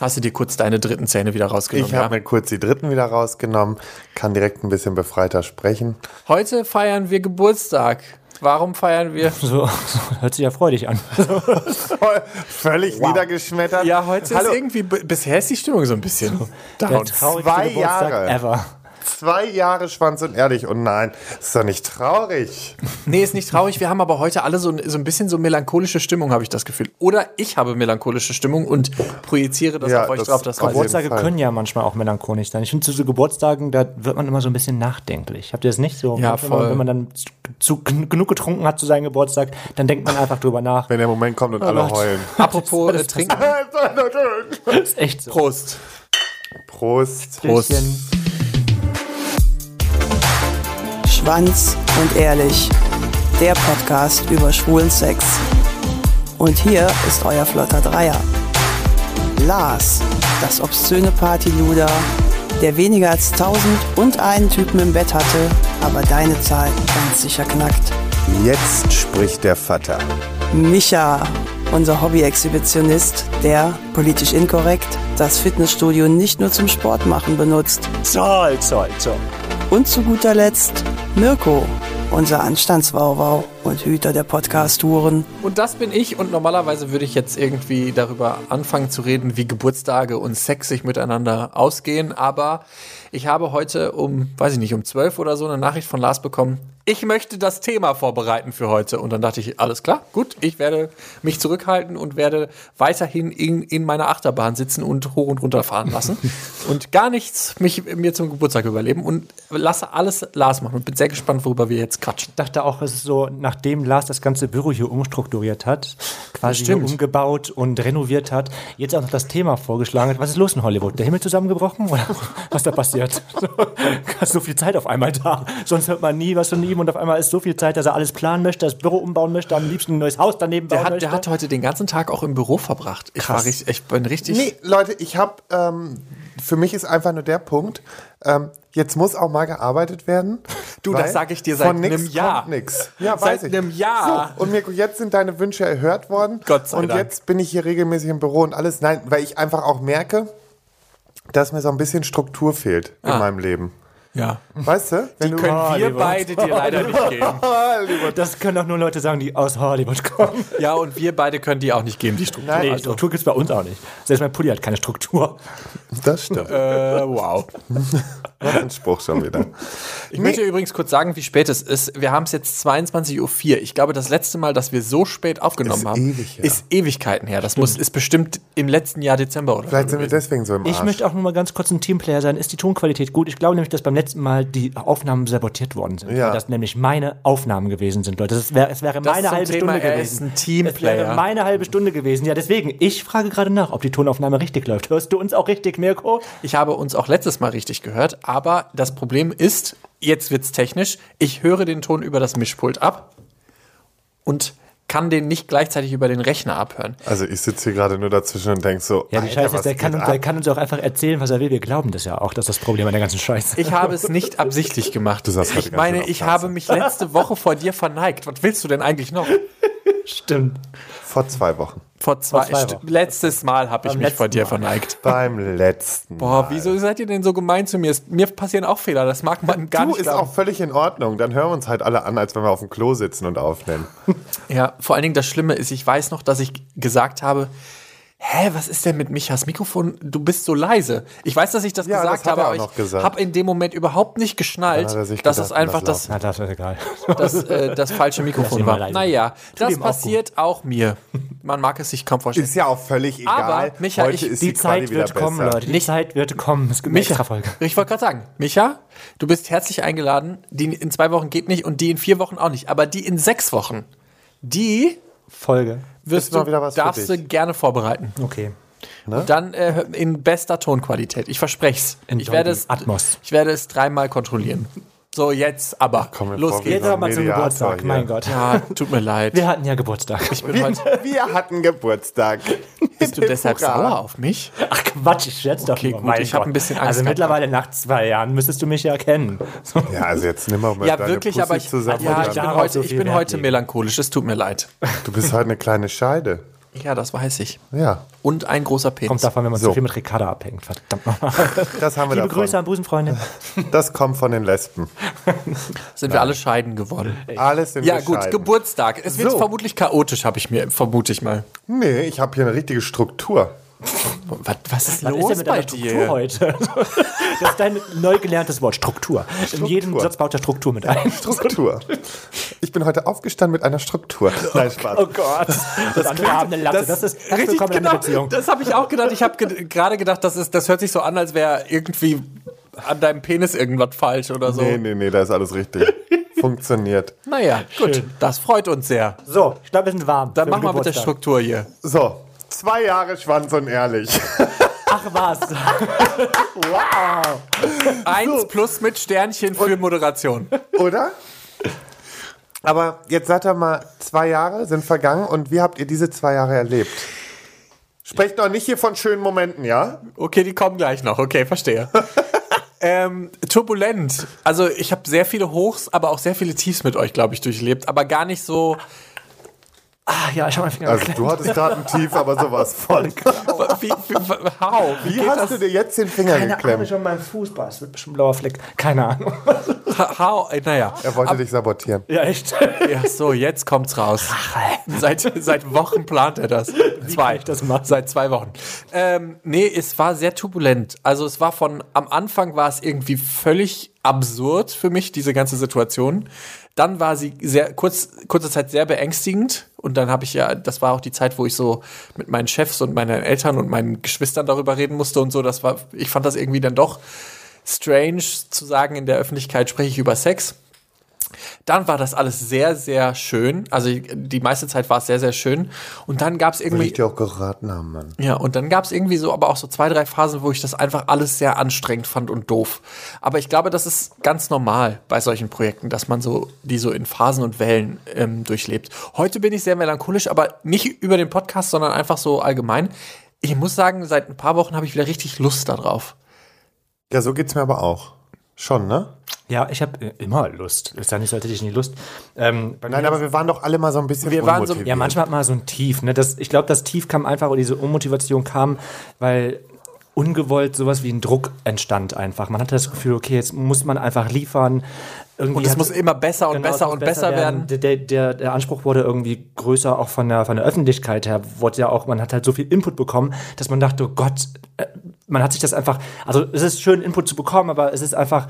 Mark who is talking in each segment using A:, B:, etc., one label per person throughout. A: Hast du dir kurz deine dritten Zähne wieder rausgenommen?
B: Ich habe mir kurz die dritten wieder rausgenommen, kann direkt ein bisschen befreiter sprechen.
A: Heute feiern wir Geburtstag. Warum feiern wir?
C: So, so hört sich ja freudig an.
B: Voll, völlig niedergeschmettert.
A: Ja, heute
B: Hallo,
A: ist irgendwie, b- bisher ist die Stimmung so ein bisschen down.
C: traurigste
B: zwei Jahre.
C: ever.
B: zwei Jahre Schwanz und ehrlich. Und nein, ist doch nicht traurig.
A: Nee, ist nicht traurig. Wir haben aber heute alle so, ein- so ein bisschen so melancholische Stimmung, habe ich das Gefühl. Oder ich habe melancholische Stimmung und projiziere das
B: Ja,
A: auf euch
B: das
A: drauf. Das weiß ich.
B: Geburtstag-
C: Geburtstage
B: Fall.
C: können ja manchmal auch melancholisch sein. Ich finde, zu so Geburtstagen, da wird man immer so ein bisschen nachdenklich. Habt ihr das nicht so?
A: Ja,
C: Manchmal,
A: voll.
C: Wenn man dann zu, zu, gen- genug getrunken hat zu seinem Geburtstag, dann denkt man einfach drüber nach.
B: Wenn der Moment kommt und alle
C: Gott.
B: heulen.
A: Apropos äh, Trinken.
C: Das ist echt so.
A: Prost.
B: Prost.
A: Prost.
D: Schwanz und ehrlich, der Podcast über schwulen Sex. Und hier ist euer flotter Dreier. Lars, das obszöne Partyluder, der weniger als 1000 und einen Typen im Bett hatte, aber deine Zahl ganz sicher knackt.
B: Jetzt spricht der Vater.
D: Micha, unser Hobby-Exhibitionist, der, politisch inkorrekt, das Fitnessstudio nicht nur zum Sport machen benutzt.
C: Zoll, zoll, zoll.
D: Und zu guter Letzt Mirko, unser Anstandswauwau und Hüter der Podcast-Touren.
A: Und das bin ich. Und normalerweise würde ich jetzt irgendwie darüber anfangen zu reden, wie Geburtstage und Sex sich miteinander ausgehen. Aber ich habe heute um, weiß ich nicht, um 12 oder so eine Nachricht von Lars bekommen. Ich möchte das Thema vorbereiten für heute. Und dann dachte ich, alles klar, gut, ich werde mich zurückhalten und werde weiterhin in, in meiner Achterbahn sitzen und hoch und runter fahren lassen. und gar nichts mich mir zum Geburtstag überleben und lasse alles Lars machen. Und bin sehr gespannt, worüber wir jetzt quatschen.
C: dachte auch, es ist so, nachdem Lars das ganze Büro hier umstrukturiert hat, quasi hier
A: Stimmt.
C: umgebaut und renoviert hat, jetzt auch noch das Thema vorgeschlagen hat. Was ist los in Hollywood? Der Himmel zusammengebrochen? Oder was da passiert? So, so viel Zeit auf einmal da. Sonst hört man nie was von ihm und auf einmal ist so viel Zeit, dass er alles planen möchte, das Büro umbauen möchte, am liebsten ein neues Haus daneben bauen
A: Der hat,
C: möchte.
A: der hat heute den ganzen Tag auch im Büro verbracht. Ich, war richtig, ich bin richtig.
B: Nee, Leute, ich habe, ähm, für mich ist einfach nur der Punkt, ähm, jetzt muss auch mal gearbeitet werden.
A: Du, das
B: weil
A: sag ich dir seit
B: von nix
A: einem Jahr.
B: Kommt nix. Ja,
A: Seit
B: weiß ich.
A: einem Jahr.
B: So, und Mirko, jetzt sind deine Wünsche erhört worden.
A: Gott sei
B: Und
A: Dank.
B: jetzt bin ich hier regelmäßig im Büro und alles. Nein, weil ich einfach auch merke, dass mir so ein bisschen Struktur fehlt in meinem Leben.
A: Ja.
B: Weißt du? Wenn du
A: Ah. Können wir
C: lieber.
A: beide dir leider nicht geben.
C: das können auch nur Leute sagen, die aus Hollywood kommen.
A: Ja, und wir beide können die auch nicht geben, die Struktur.
B: Nein,
C: Nee, Struktur gibt es bei uns auch nicht. Selbst mein Pulli hat keine Struktur.
B: Ah, das stimmt.
A: Äh, wow.
B: Was ein Spruch schon wieder.
A: Ich möchte übrigens kurz sagen, wie spät es ist. Wir haben es jetzt 22.04 Uhr. Ich glaube, das letzte Mal, dass wir so spät aufgenommen
B: Ist
A: haben,
B: ewig her.
A: ist Ewigkeiten her. Das muss, ist bestimmt im letzten Jahr Dezember oder
B: Vielleicht
A: so.
B: sind wir deswegen so im Arsch.
C: Ich möchte auch nur mal ganz kurz ein Teamplayer sein. Ist die Tonqualität gut? Ich glaube nämlich, dass beim letzten Mal die Aufnahmen sabotiert worden sind.
B: Ja.
C: Weil das nämlich meine Aufnahmen gewesen sind, Leute. Das wär, es wäre
A: Das
C: meine
A: zum
C: halbe
A: Thema,
C: Stunde
A: er
C: gewesen.
A: ist ein
C: Es
A: Teamplayer.
C: wäre meine halbe Stunde gewesen. Ja, deswegen, ich frage gerade nach, ob die Tonaufnahme richtig läuft. Hörst du uns auch richtig, Mirko?
A: Ich habe uns auch letztes Mal richtig gehört, aber das Problem ist, jetzt wird's technisch, ich höre den Ton über das Mischpult ab und kann den nicht gleichzeitig über den Rechner abhören.
B: Also ich sitze hier gerade nur dazwischen und denke so,
C: Ja, die
B: Alter,
C: Scheiße
B: was
C: ist, der
B: geht
C: kann, uns,
B: ab?
C: der kann uns auch einfach erzählen, was er will. Wir glauben das ja auch. Das ist das Problem an der ganzen Scheiße.
A: Ich habe es nicht absichtlich gemacht.
B: Du saßt heute
A: ich
B: ganz genau schön
A: meine,
B: auf
A: ich
B: Nase.
A: habe mich letzte Woche vor dir verneigt. Was willst du denn eigentlich noch?
C: Stimmt.
B: Vor zwei Wochen.
A: Vor zwei,
C: zwei
A: st-
C: Wochen.
A: letztes Mal habe ich
C: Beim
A: mich vor
C: letzten
A: dir
C: Mal.
A: verneigt.
B: Beim letzten
A: Boah,
B: Mal.
A: wieso seid ihr denn so gemein zu mir? Es- Mir passieren auch Fehler, das mag man gar
B: Du,
A: nicht
B: ist
A: glauben.
B: auch völlig in Ordnung. Dann hören wir uns halt alle an, als wenn wir auf dem Klo sitzen und aufnehmen.
A: Ja, vor allen Dingen das Schlimme ist, ich weiß noch, dass ich gesagt habe, hä, was ist denn mit Michas Mikrofon? Du bist so leise. Ich weiß, dass ich das
B: Ja, das
A: gesagt
B: hat er
A: habe,
B: auch
A: aber
B: noch
A: ich
B: gesagt.
A: habe in dem Moment überhaupt nicht geschnallt,
B: Dann hat er sich
A: dass
B: gedacht,
A: das einfach
B: lass
A: das,
C: Na, das ist egal.
A: das, äh, das falsche Mikrofon
C: ihn mal
A: war.
C: leise.
A: Naja, das
C: ihm auch gut.
A: passiert auch, mir. Man mag es sich kaum vorstellen.
B: Ist ja auch völlig egal.
A: Aber, Micha,
B: Heute
A: ich-
B: ist
C: Die,
B: die,
C: Zeit
B: Quali wieder
C: wird kommen,
B: besser.
C: Leute. Die
A: Nicht-
C: Zeit wird kommen. Es gibt eine extra Folge.
A: ich wollte gerade sagen, Micha, du bist herzlich eingeladen. Die in zwei Wochen geht nicht und die in vier Wochen auch nicht. Aber die in sechs Wochen, die
C: Folge.
A: wirst
B: Ist mal
A: du,
B: wieder was für
A: darfst du
B: dich.
A: gerne vorbereiten.
C: Okay.
B: Ne?
A: Dann äh, in bester Tonqualität. Ich verspreche es.
C: In
A: Ich werde
C: Dolby
A: es,
C: Atmos.
A: ich werde es dreimal kontrollieren. So, jetzt aber.
B: komm mir
A: Los
B: vor wie
A: geht's.
C: Jetzt aber mal zum
B: Mediator
C: Geburtstag.
B: hier.
C: Mein Gott.
A: Ja, tut mir leid.
C: Wir hatten ja Geburtstag.
A: Ich bin heute,
B: Wir hatten Geburtstag.
A: bist du deshalb
B: Hurra.
A: sauer auf mich?
C: Ach Quatsch, ich schätze doch
A: Okay,
C: nur.
A: gut,
C: Mein
A: ich hab
C: Gott.
A: ein bisschen Angst
C: Also
A: gehabt.
C: mittlerweile nach zwei Jahren müsstest du mich ja kennen. So.
B: Ja, also jetzt nimm mal
A: Ja,
B: deine
A: wirklich,
B: Pussy
A: aber ich,
B: zusammen.
A: ja,
B: und
A: ich
B: dann,
A: bin
C: darauf
A: heute,
C: so
A: ich
C: viel
A: bin
C: Wert
A: heute
C: legen.
A: melancholisch. Es tut mir leid.
B: du bist halt eine kleine Scheide.
A: Ja, das weiß ich.
B: Ja,
A: Und ein großer Penis.
C: Kommt davon, wenn man so.
B: So.
C: zu viel mit Ricarda abhängt. Verdammt nochmal.
B: das haben wir
C: Liebe
B: davon.
C: Grüße an Busenfreunde.
B: Das kommt von den Lesben.
A: Sind wir alle scheiden geworden.
B: Alles im
A: Ja, gut,
B: Geburt.
A: Geburtstag. Es wird
B: So.
A: vermutlich chaotisch, habe ich mir, vermute ich mal.
B: Nee, ich habe hier eine richtige Struktur.
A: Was, was ist
C: Was
A: los
C: ist denn mit
A: bei
C: deiner Struktur
A: dir?
C: heute? Das ist dein neu gelerntes Wort, Struktur. In jedem Satz baut er Struktur mit ein.
B: Struktur. Ich bin heute aufgestanden mit einer Struktur. Nein, Spaß.
C: Oh Gott. Das andere haben eine Latte. Das, ist herzlich
A: Richtig,
C: willkommen in der
A: genau.
C: Beziehung.
A: Das habe ich auch gedacht. Ich habe ge gerade gedacht, das, ist, das hört sich so an, als wäre irgendwie an deinem Penis irgendwas falsch oder so.
B: Nee, nee, nee, da ist alles richtig. Funktioniert.
A: Naja, gut. Das freut uns sehr.
C: So, ich glaube, wir sind warm.
A: Dann
C: für
A: machen wir mit der
C: Geburtstag.
A: Struktur hier.
B: So, zwei Jahre Schwanz und ehrlich.
C: Ach was. wow.
A: Eins plus mit Sternchen für Moderation.
B: Oder? Aber jetzt seid ihr mal, zwei Jahre sind vergangen und wie habt ihr diese zwei Jahre erlebt? Sprecht doch nicht hier von schönen Momenten, ja?
A: Okay, die kommen gleich noch. Okay, verstehe. ähm, turbulent. Also ich habe sehr viele Hochs, aber auch sehr viele Tiefs mit euch, glaube ich, durchlebt. Aber gar nicht so.
C: Ah ja, ich habe meinen Finger
B: Also du hattest gerade ein Tief, aber sowas von.
A: Wie, wie, how? Wie,
B: Wie
A: geht
B: hast du dir jetzt den Finger
C: Keine Ahnung,
B: geklemmt?
C: schon meinem Fußball. Es wird bestimmt ein blauer Fleck. Keine Ahnung.
A: das? Ha- How? Äh, Naja.
B: Er wollte dich sabotieren.
C: Ja, echt.
A: Ja, so, jetzt kommt's raus. Seit, seit Wochen plant er das. Zwei.
C: kann ich das machen?
A: Seit zwei Wochen. Ähm, nee, es war sehr turbulent. Also es war von, am Anfang war es irgendwie völlig absurd für mich, diese ganze Situation. Dann war sie sehr, kurz, kurze Zeit sehr beängstigend. Und dann habe ich ja, das war auch die Zeit, wo ich so mit meinen Chefs und meinen Eltern und meinen Geschwistern darüber reden musste und so. Das war, ich fand das irgendwie dann doch strange zu sagen, in der Öffentlichkeit spreche ich über Sex dann war das alles sehr, sehr schön. Also die meiste Zeit war es sehr, sehr schön. Und dann gab es
B: Würde ich
A: irgendwie.
B: dir auch geraten haben, Mann.
A: Ja, und dann gab es irgendwie so, aber auch so zwei, drei Phasen, wo ich das einfach alles sehr anstrengend fand und doof. Aber ich glaube, das ist ganz normal bei solchen Projekten, dass man so die so in Phasen und Wellen ähm, durchlebt. Heute bin ich sehr melancholisch, aber nicht über den Podcast, sondern einfach so allgemein. Ich muss sagen, seit ein paar Wochen habe ich wieder richtig Lust darauf.
B: Ja, so geht's mir aber auch. Schon, ne?
C: Ja, ich habe immer Lust. Ist ja nicht so, als hätte ich nie Lust. Ähm, bei
B: Nein,
C: mir-
B: aber wir waren doch alle mal so ein bisschen
A: Wir waren so-
B: unmotiviert.
C: Ja, manchmal hat man so ein Tief. Ne? Das, ich glaube, das Tief kam einfach, oder diese Unmotivation kam, weil ungewollt sowas wie ein Druck entstand einfach. Man hatte das Gefühl, okay, jetzt muss man einfach liefern. Irgendwie
A: Und es
C: hat-
A: muss immer besser und
C: Genau, es
A: besser
C: muss
A: und besser, werden.
C: Der, der, der, der Anspruch wurde irgendwie größer, auch von der, von der Öffentlichkeit her. Wurde ja auch, man hat halt so viel Input bekommen, dass man dachte, oh Gott, äh, man hat sich das einfach, also es ist schön, Input zu bekommen, aber es ist einfach,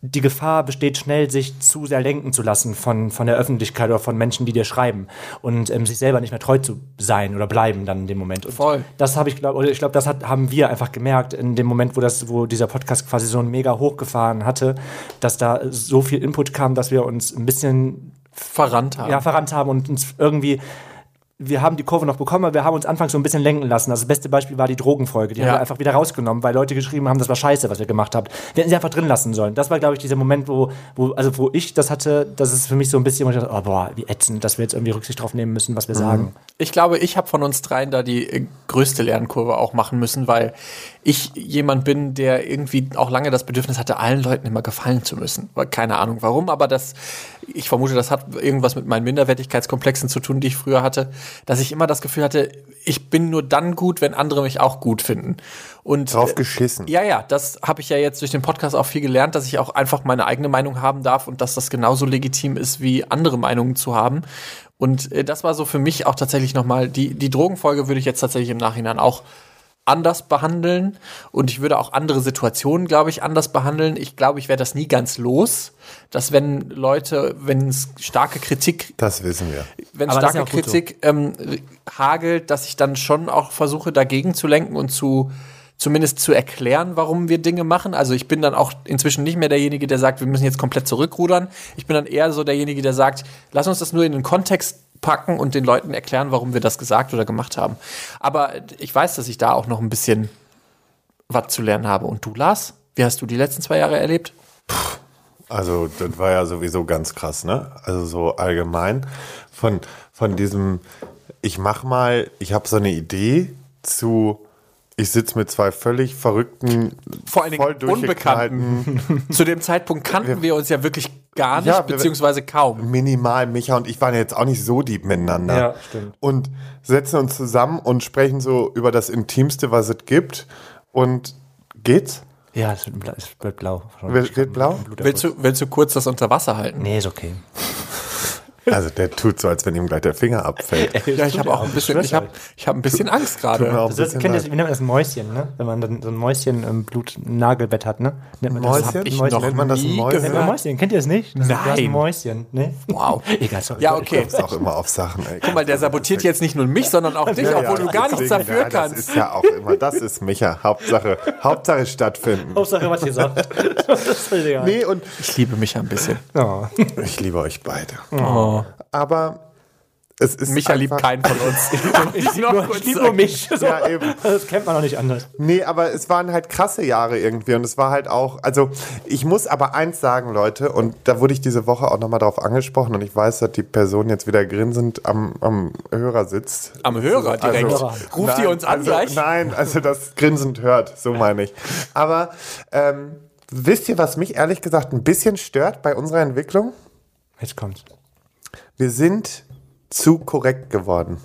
C: die Gefahr besteht schnell, sich zu sehr lenken zu lassen von, von der Öffentlichkeit oder von Menschen, die dir schreiben und ähm, sich selber nicht mehr treu zu sein oder bleiben dann in dem Moment. Und
A: Voll.
C: das habe ich glaube, oder ich glaube, das hat, haben wir einfach gemerkt in dem Moment, wo das, wo dieser Podcast quasi so ein mega hochgefahren hatte, dass da so viel Input kam, dass wir uns ein bisschen
A: Verrannt haben.
C: ja, verrannt haben und uns irgendwie wir haben die Kurve noch bekommen, aber wir haben uns anfangs so ein bisschen lenken lassen. Also das beste Beispiel war die Drogenfolge. Die
A: Ja.
C: haben wir einfach wieder rausgenommen, weil Leute geschrieben haben, das war scheiße, was wir gemacht haben. Wir hätten sie einfach drin lassen sollen. Das war, glaube ich, dieser Moment, wo, wo, also wo ich das hatte, das ist für mich so ein bisschen, wo ich dachte, oh boah, wie ätzend, dass wir jetzt irgendwie Rücksicht drauf nehmen müssen, was wir sagen.
A: ich glaube, ich habe von uns dreien da die äh, größte Lernkurve auch machen müssen, weil ich jemand bin, der irgendwie auch lange das Bedürfnis hatte, allen Leuten immer gefallen zu müssen. Weil Keine Ahnung warum, aber das, ich vermute, das hat irgendwas mit meinen Minderwertigkeitskomplexen zu tun, die ich früher hatte, dass ich immer das Gefühl hatte, ich bin nur dann gut, wenn andere mich auch gut finden. Und
B: Drauf geschissen.
A: ja, ja, das habe ich ja jetzt durch den Podcast auch viel gelernt, dass ich auch einfach meine eigene Meinung haben darf und dass das genauso legitim ist, wie andere Meinungen zu haben. Und äh, das war so für mich auch tatsächlich nochmal, die, die Drogenfolge würde ich jetzt tatsächlich im Nachhinein auch anders behandeln und ich würde auch andere Situationen, glaube ich, anders behandeln. Ich glaube, ich wäre das nie ganz los, dass wenn Leute, wenn es starke Kritik
B: Das wissen wir.
A: wenn
C: Aber das ist
A: starke
C: ja auch gut so.
A: Kritik ähm, hagelt, dass ich dann schon auch versuche, dagegen zu lenken und zu zumindest zu erklären, warum wir Dinge machen. Also ich bin dann auch inzwischen nicht mehr derjenige, der sagt, wir müssen jetzt komplett zurückrudern. Ich bin dann eher so derjenige, der sagt, lass uns das nur in den Kontext packen und den Leuten erklären, warum wir das gesagt oder gemacht haben. Aber ich weiß, dass ich da auch noch ein bisschen was zu lernen habe. Und du, Lars, wie hast du die letzten zwei Jahre erlebt?
B: Also, das war ja sowieso ganz krass, ne? Also so allgemein von, von diesem, ich mach mal, ich habe so eine Idee zu, ich sitze mit zwei völlig verrückten,
A: Vor allen Dingen
B: voll durchgeknallten-
A: Unbekannten. Zu dem Zeitpunkt kannten wir uns ja wirklich gar nicht,
B: Ja, wir-
A: beziehungsweise kaum.
B: minimal. Micha und ich waren jetzt auch nicht so deep miteinander.
C: Ja, stimmt.
B: Und setzen uns zusammen und sprechen so über das Intimste, was es gibt. Und geht's?
C: Ja, es wird, blau- es wird blau.
B: Wird- wird blau?
C: Bluterguss.
A: Willst du, willst du kurz das unter Wasser halten?
C: Nee, ist okay.
B: Also der tut so, als wenn ihm gleich der Finger abfällt.
A: Ja, ich habe auch ein bisschen, ich habe ich hab ein bisschen Angst
B: Tut mir auch
A: gerade.
B: ein
C: Das ist,
B: bisschen
C: kennt ihr, das-
B: leid.
C: wie nennt man das ein Mäuschen, ne? Wenn man dann so ein Mäuschen im Blutnagelbett hat, ne? Nennt man
B: Mäuschen?
C: Das, hab ich
B: Mäuschen?
C: noch
B: Nennt man das ein
A: nie
B: Mäuschen?
C: Nennt man Mäuschen, kennt ihr das nicht? Das Ist
A: Nein.
C: ein Mäuschen, ne?
A: Wow.
C: Egal, sorry.
A: Ja, okay.
B: Ist auch immer auf Sachen. Ey.
A: Guck mal, der sabotiert jetzt nicht nur mich, sondern auch dich,
B: Ja,
A: obwohl
B: ja,
A: du gar nichts
B: deswegen,
A: dafür
B: ja, Das
A: kannst.
B: ist ja auch immer, das ist Micha. Hauptsache, Hauptsache stattfinden.
A: Oh.
C: Hauptsache, was ihr sagt. das ist völlig egal.
B: Nee, und
A: Ich liebe mich ein bisschen.
C: Oh.
B: ich liebe euch beide. Aber es ist
A: Oh. Micha liebt
B: einfach,
A: keinen von uns. ich liebe nur,
C: Ich liebe nur mich. So.
B: Ja, eben.
C: Das kennt man auch nicht anders.
B: Nee, aber es waren halt krasse Jahre irgendwie und es war halt auch, also ich muss aber eins sagen, Leute, und da wurde ich diese Woche auch nochmal drauf angesprochen und ich weiß, dass die Person jetzt wieder grinsend am, am Hörer sitzt.
A: Am Hörer direkt.
B: Also,
A: Ruft ihr uns an
B: also,
A: gleich?
B: Nein, also das grinsend hört, so meine ich. Aber ähm, wisst ihr, was mich ehrlich gesagt ein bisschen stört bei unserer Entwicklung?
C: Jetzt kommt's.
B: Wir sind zu korrekt geworden.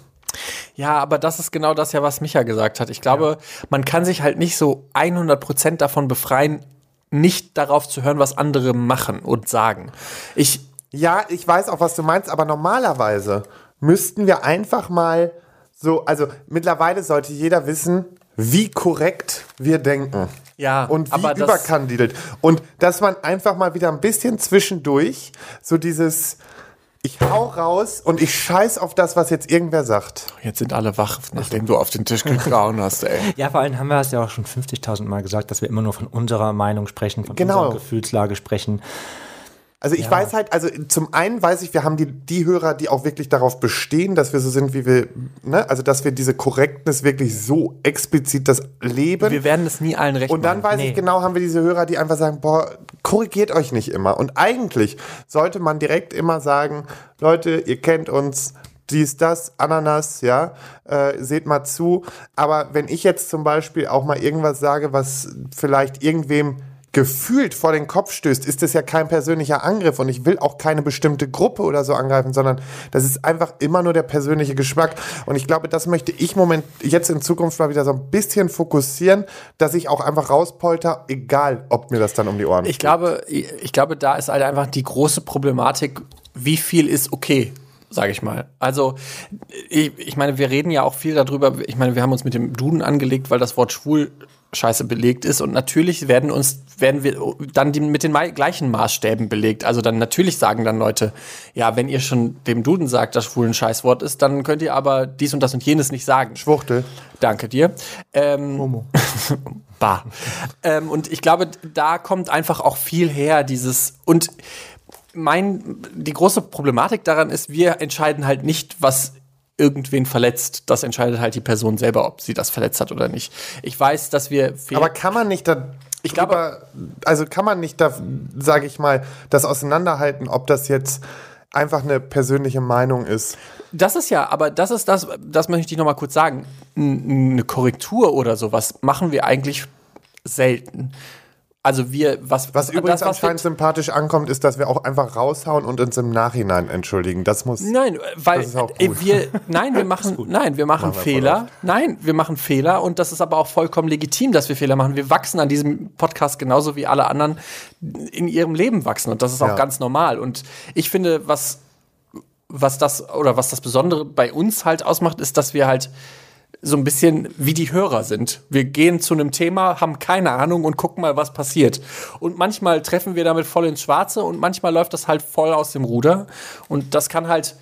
A: Ja, aber das ist genau das ja, was Micha gesagt hat. Ich glaube, man kann sich halt nicht so 100% davon befreien, nicht darauf zu hören, was andere machen und sagen. Ich,
B: Ja, ich weiß auch, was du meinst, aber normalerweise müssten wir einfach mal so, also mittlerweile sollte jeder wissen, wie korrekt wir denken.
A: Ja,
B: und wie
A: aber das-
B: überkandidelt. Und dass man einfach mal wieder ein bisschen zwischendurch so dieses, ich hau raus und ich scheiß auf das, was jetzt irgendwer sagt.
A: jetzt sind alle wach, nachdem du auf den Tisch gegrauen hast, ey.
C: Ja, vor allem haben wir es ja auch schon 50.000 Mal gesagt, dass wir immer nur von unserer Meinung sprechen, von
B: Genau.
C: unserer Gefühlslage sprechen.
B: Also ich weiß halt, also zum einen weiß ich, wir haben die, die Hörer, die auch wirklich darauf bestehen, dass wir so sind, wie wir, ne, also dass wir diese Korrektness wirklich so explizit das leben.
A: Wir werden es nie allen recht
B: Und dann
A: machen.
B: weiß ich genau, haben wir diese Hörer, die einfach sagen, boah, korrigiert euch nicht immer. Und eigentlich sollte man direkt immer sagen, Leute, ihr kennt uns, dies, das, Ananas, ja, äh, seht mal zu. Aber wenn ich jetzt zum Beispiel auch mal irgendwas sage, was vielleicht irgendwem gefühlt vor den Kopf stößt, ist das ja kein persönlicher Angriff und ich will auch keine bestimmte Gruppe oder so angreifen, sondern das ist einfach immer nur der persönliche Geschmack und ich glaube, das möchte ich moment jetzt in Zukunft mal wieder so ein bisschen fokussieren, dass ich auch einfach rauspolter, egal ob mir das dann um die Ohren.
A: Ich glaube, ich glaube, da ist halt einfach die große Problematik, wie viel ist okay, sage ich mal. Also, ich, ich meine, wir reden ja auch viel darüber. Ich meine, wir haben uns mit dem Duden angelegt, weil das Wort schwul scheiße belegt ist. Und natürlich werden uns, werden wir dann die, mit den mei- gleichen Maßstäben belegt. Also dann natürlich sagen dann Leute, ja, wenn ihr schon dem Duden sagt, dass schwul ein Scheißwort ist, dann könnt ihr aber dies und das und jenes nicht sagen.
B: Schwuchtel.
A: Danke dir. Ähm, Bah. ähm, und ich glaube, da kommt einfach auch viel her, dieses und mein, die große Problematik daran ist, wir entscheiden halt nicht, was irgendwen verletzt. Das entscheidet halt die Person selber, ob sie das verletzt hat oder nicht. Ich weiß, dass wir fehl-
B: Aber kann man nicht da.
A: Ich glaube-
B: drüber- also kann man nicht da, sage ich mal, das auseinanderhalten, ob das jetzt einfach eine persönliche Meinung ist.
A: Das ist ja, aber das ist das, das möchte ich nochmal kurz sagen. N- Eine Korrektur oder sowas machen wir eigentlich selten. Also wir, was,
B: Was
A: das, was
B: übrigens
A: wir-
B: anscheinend sympathisch ankommt, ist, dass wir auch einfach raushauen und uns im Nachhinein entschuldigen. Das muss.
A: Nein, weil
B: Das ist auch
A: äh,
B: gut.
A: wir nein, wir machen nein, wir machen
B: wir
A: Fehler. Nein, wir machen Fehler und das ist aber auch vollkommen legitim, dass wir Fehler machen. Wir wachsen an diesem Podcast genauso wie alle anderen in ihrem Leben wachsen und das ist auch
B: Ja.
A: ganz normal und ich finde, was was das oder was das Besondere bei uns halt ausmacht, ist, dass wir halt so ein bisschen wie die Hörer sind. Wir gehen zu einem Thema, haben keine Ahnung und gucken mal, was passiert. Und manchmal treffen wir damit voll ins Schwarze und manchmal läuft das halt voll aus dem Ruder. Und das kann halt